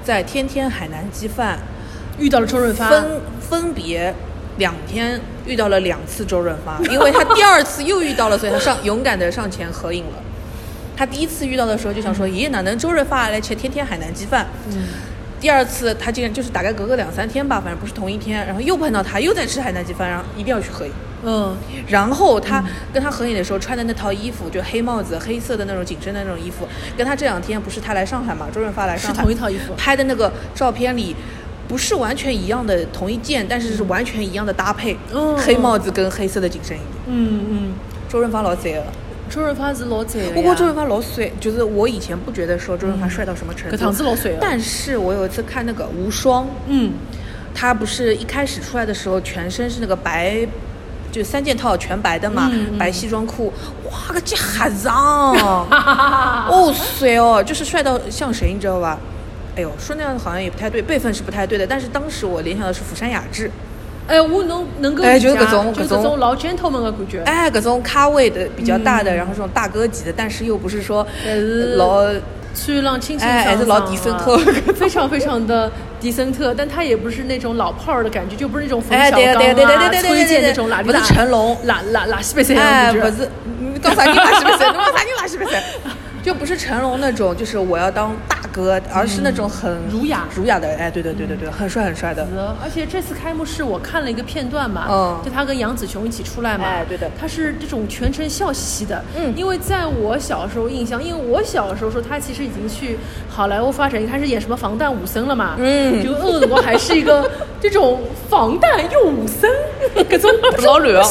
[SPEAKER 1] 在天天海南鸡饭
[SPEAKER 2] 遇到了周润发，
[SPEAKER 1] 分分别两天遇到了两次周润 发，因为他第二次又遇到了，所以他上勇敢的上前合影了。他第一次遇到的时候就想说，咦，哪能周润发来吃天天海南鸡饭？
[SPEAKER 2] 嗯
[SPEAKER 1] 第二次他竟然就是大概隔个两三天吧，反正不是同一天，然后又碰到他，又在吃海南鸡饭，然后一定要去合影。
[SPEAKER 2] 嗯，
[SPEAKER 1] 然后他跟他合影的时候穿的那套衣服，就黑帽子、黑色的那种紧身的那种衣服，跟他这两天不是他来上海嘛，周润发来上海
[SPEAKER 2] 是同一套衣服
[SPEAKER 1] 拍的那个照片里。不是完全一样的同一件，但是是完全一样的搭配，
[SPEAKER 2] 嗯
[SPEAKER 1] 黑帽子跟黑色的紧身衣。
[SPEAKER 2] 嗯嗯，
[SPEAKER 1] 周润发老贼了，
[SPEAKER 2] 周润发是老赞的呀
[SPEAKER 1] 不过周润发老帅，就是我以前不觉得说周润发帅到什么程度，啊
[SPEAKER 2] 搿趟嗯子老帅了
[SPEAKER 1] 但是我有一次看那个《无双》，
[SPEAKER 2] 嗯
[SPEAKER 1] 他不是一开始出来的时候，全身是那个白，就三件套全白的嘛，白西装裤，哇，个这哈脏，哦帅哦，就是帅到像谁，你知道吧？哎呦，说那样好像也不太对，辈分是不太对的，但是当时我联想的是釜山雅治，
[SPEAKER 2] 哎，我能能够
[SPEAKER 1] 哎
[SPEAKER 2] 理解
[SPEAKER 1] 就是搿种
[SPEAKER 2] 就是
[SPEAKER 1] 搿种
[SPEAKER 2] 搿种老 gentleman 的感觉，
[SPEAKER 1] 哎，各种咖位的比较大的，然后这种大哥级的，但是又不是说
[SPEAKER 2] 但是
[SPEAKER 1] 老，
[SPEAKER 2] 穿浪清清
[SPEAKER 1] 哎还
[SPEAKER 2] 爽爽
[SPEAKER 1] 是
[SPEAKER 2] 的，
[SPEAKER 1] 老迪森特
[SPEAKER 2] 非常非常的迪森特，但他也不是那种老炮儿的感觉，就不是那种冯
[SPEAKER 1] 哎
[SPEAKER 2] 小
[SPEAKER 1] 对
[SPEAKER 2] 刚
[SPEAKER 1] 呀
[SPEAKER 2] 啊、
[SPEAKER 1] 对呀对呀对呀对呀对
[SPEAKER 2] 崔
[SPEAKER 1] 呀
[SPEAKER 2] 健
[SPEAKER 1] 对呀
[SPEAKER 2] 那种拉里
[SPEAKER 1] 不是
[SPEAKER 2] 拉
[SPEAKER 1] 成龙
[SPEAKER 2] 拉拉拉西北三
[SPEAKER 1] 哎，
[SPEAKER 2] 样
[SPEAKER 1] 不
[SPEAKER 2] 的感觉，
[SPEAKER 1] 是，你搞啥你拉西不塞，你搞啥你拉西不塞，就不是成龙那种，就是我要当大哥，而是那种很
[SPEAKER 2] 儒雅
[SPEAKER 1] 儒雅的，哎，对对对对对，很帅很帅的。
[SPEAKER 2] 而且这次开幕式我看了一个片段嘛，
[SPEAKER 1] 嗯
[SPEAKER 2] 就他跟杨紫琼一起出来嘛，
[SPEAKER 1] 哎对的
[SPEAKER 2] 他是这种全程笑嘻嘻的，
[SPEAKER 1] 嗯
[SPEAKER 2] 因为在我小时候印象，因为我小时候说他其实已经去好莱坞发展，开始演什么防弹武僧了嘛，
[SPEAKER 1] 嗯
[SPEAKER 2] 就恶魔还是一个这种防弹又武 僧，各种不
[SPEAKER 1] 老 吕啊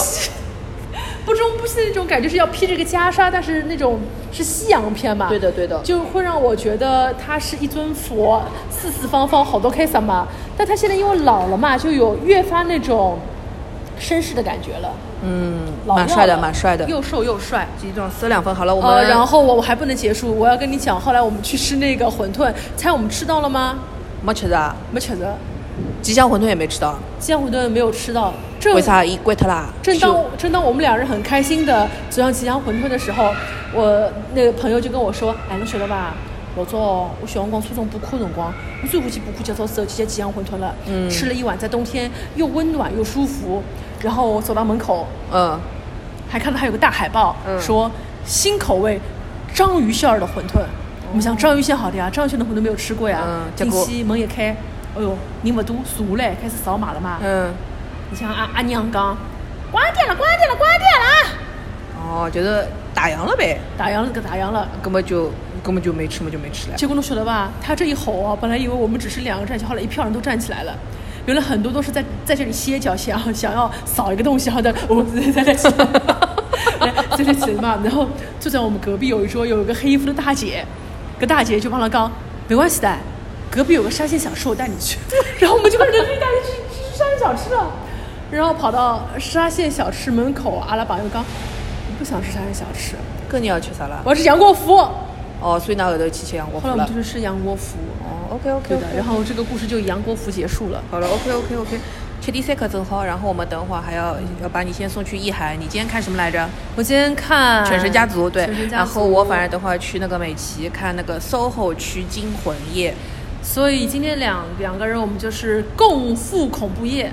[SPEAKER 2] 不中不西的那种感觉，是要披着个袈裟，但是那种是西洋片吧？
[SPEAKER 1] 对的对的
[SPEAKER 2] 就会让我觉得他是一尊佛，四四方方好多开萨嘛。但他现在因为老了嘛，就有越发那种绅士的感觉了，
[SPEAKER 1] 嗯，
[SPEAKER 2] 老
[SPEAKER 1] 蛮
[SPEAKER 2] 样
[SPEAKER 1] 帅的，
[SPEAKER 2] 了
[SPEAKER 1] 蛮帅的。
[SPEAKER 2] 又瘦又帅。
[SPEAKER 1] 几种撕两份好了，我
[SPEAKER 2] 呃，
[SPEAKER 1] 们
[SPEAKER 2] 然后我我还不能结束，我要跟你讲，后来我们去吃那个馄饨，猜我们吃到了吗？
[SPEAKER 1] 没吃的，
[SPEAKER 2] 没吃着，
[SPEAKER 1] 吉祥馄饨也没吃到，
[SPEAKER 2] 鸡蛋馄饨没有吃到。正
[SPEAKER 1] 为啥？伊关掉啦？
[SPEAKER 2] 正
[SPEAKER 1] 修
[SPEAKER 2] 当正当我们两人很开心的走上吉祥馄饨的时候，我那个朋友就跟我说：“哎，侬晓得伐？老早哦我小辰光初中补课辰光，我最欢喜补课节操时候去吃吉祥馄饨了。
[SPEAKER 1] 嗯
[SPEAKER 2] 吃了一碗，在冬天又温暖又舒服。然后我走到门口，
[SPEAKER 1] 嗯，
[SPEAKER 2] 还看到还有个大海报，
[SPEAKER 1] 嗯
[SPEAKER 2] 说新口味章鱼馅儿的馄饨。我们想章鱼馅好的呀，章鱼馅的馄饨没有吃过呀。
[SPEAKER 1] 哦嗯结
[SPEAKER 2] 近
[SPEAKER 1] 果
[SPEAKER 2] 期门一开，哎呦，人勿多，坐下来开始扫码了嘛。
[SPEAKER 1] 嗯，
[SPEAKER 2] 你像阿阿娘讲，关店了，关店了，关店了啊！
[SPEAKER 1] 哦，就是打烊了呗，
[SPEAKER 2] 打烊了，给打烊了。
[SPEAKER 1] 根本就根本就没吃嘛，就没吃了。
[SPEAKER 2] 结果侬晓得吧？他这一吼啊，本来以为我们只是两个站起，后来一票人都站起来了。原来很多都是在在这里歇脚，想要想要扫一个东西，然后再 我们再再起，来再来起嘛。然后就在我们隔壁有一桌有一个黑衣服的大姐，个大姐就帮她讲，没关系的，隔壁有个沙县小吃，我带你去。然后我们就跟着黑大姐去吃沙县小吃了，然后跑到沙县小吃门口，阿拉爸又讲，我不想吃沙县小吃，
[SPEAKER 1] 哥你要吃啥啦？
[SPEAKER 2] 我要吃杨国福。
[SPEAKER 1] 哦，所以那后头去吃杨国
[SPEAKER 2] 后
[SPEAKER 1] 福
[SPEAKER 2] 来我
[SPEAKER 1] 了
[SPEAKER 2] 们就。去吃杨国福。
[SPEAKER 1] 哦，OK OK
[SPEAKER 2] 对
[SPEAKER 1] OK
[SPEAKER 2] 的。，然后这个故事就以杨国福结束了。
[SPEAKER 1] 好了，OK OK OK，去第三课正好，然后我们等会儿还要要把你先送去艺海。你今天看什么来着？
[SPEAKER 2] 我今天看
[SPEAKER 1] 《犬神家族》对
[SPEAKER 2] 犬嗯神，家族
[SPEAKER 1] 然后我反正等会儿去那个美琪看那个 SOHO 区惊魂夜。
[SPEAKER 2] 所以今天两两个人我们就是共赴恐怖夜。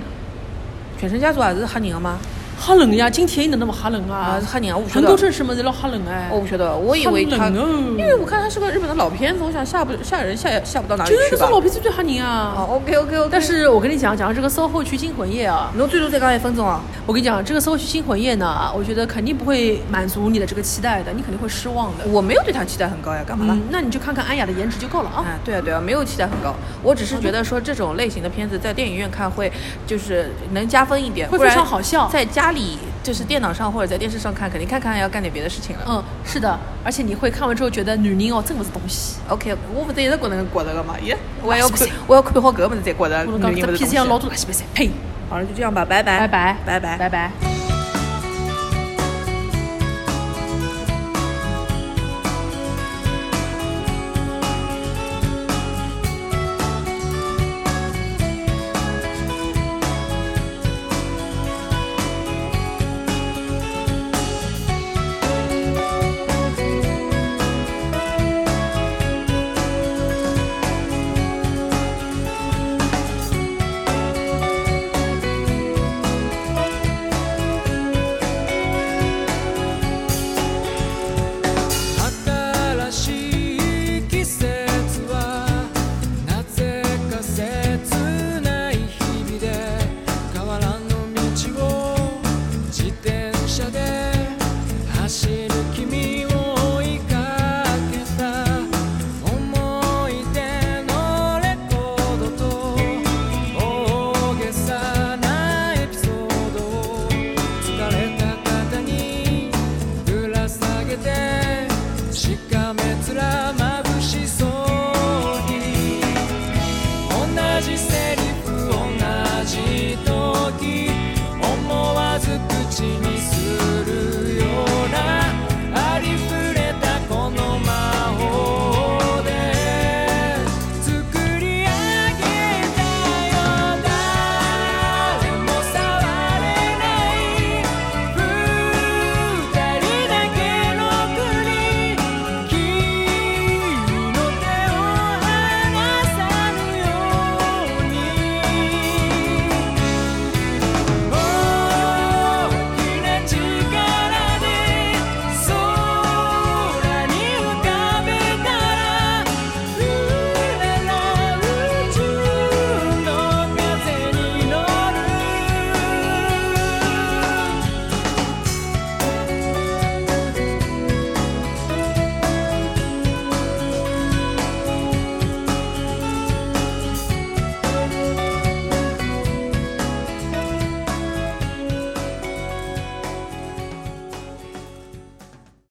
[SPEAKER 1] 犬神家族也是吓人的吗？
[SPEAKER 2] 吓冷呀！今天哪能不吓冷啊
[SPEAKER 1] 啊，？吓人啊！我不晓
[SPEAKER 2] 很
[SPEAKER 1] 得
[SPEAKER 2] 多。城市么子老吓冷哎
[SPEAKER 1] 我。不晓得，我以为他，
[SPEAKER 2] 吓人哦
[SPEAKER 1] 因为我看他是个日本的老片子，我想吓不吓人吓也吓不到哪里
[SPEAKER 2] 就是
[SPEAKER 1] 去
[SPEAKER 2] 这
[SPEAKER 1] 吧
[SPEAKER 2] 种。老片子最吓人啊！
[SPEAKER 1] 哦，OK OK OK。
[SPEAKER 2] 但是我跟你讲，讲到这个 SOHO 区惊魂夜啊，
[SPEAKER 1] 侬最多再讲一分钟啊。
[SPEAKER 2] 我跟你讲，这个 SOHO 区惊魂夜呢，我觉得肯定不会满足你的这个期待的，你肯定会失望的。
[SPEAKER 1] 我没有对他期待很高呀，干嘛啦？
[SPEAKER 2] 嗯，那你就看看安雅的颜值就够了啊。
[SPEAKER 1] 啊，对啊，对啊，没有期待很高。我
[SPEAKER 2] 哦
[SPEAKER 1] 只是觉得说这种类型的片子在电影院看会就是能加分一点，
[SPEAKER 2] 会
[SPEAKER 1] 不然
[SPEAKER 2] 非常好笑
[SPEAKER 1] 在家里就是电脑上或者在电视上看，肯定看看要干点别的事情了。
[SPEAKER 2] 嗯，是的，而且你会看完之后觉得女人哦，真不是东西。
[SPEAKER 1] OK，我不是一直觉得觉得个嘛，也我也要
[SPEAKER 2] 是不
[SPEAKER 1] 看
[SPEAKER 2] 是，
[SPEAKER 1] 我要看好搿物事再觉得
[SPEAKER 2] 我
[SPEAKER 1] 女
[SPEAKER 2] 侬讲
[SPEAKER 1] 人
[SPEAKER 2] 这
[SPEAKER 1] 勿是东
[SPEAKER 2] 脾气
[SPEAKER 1] 西。哎
[SPEAKER 2] 像老多垃圾白菜，呸！
[SPEAKER 1] 好了，就这样吧，拜拜，
[SPEAKER 2] 拜拜，
[SPEAKER 1] 拜拜
[SPEAKER 2] 拜拜。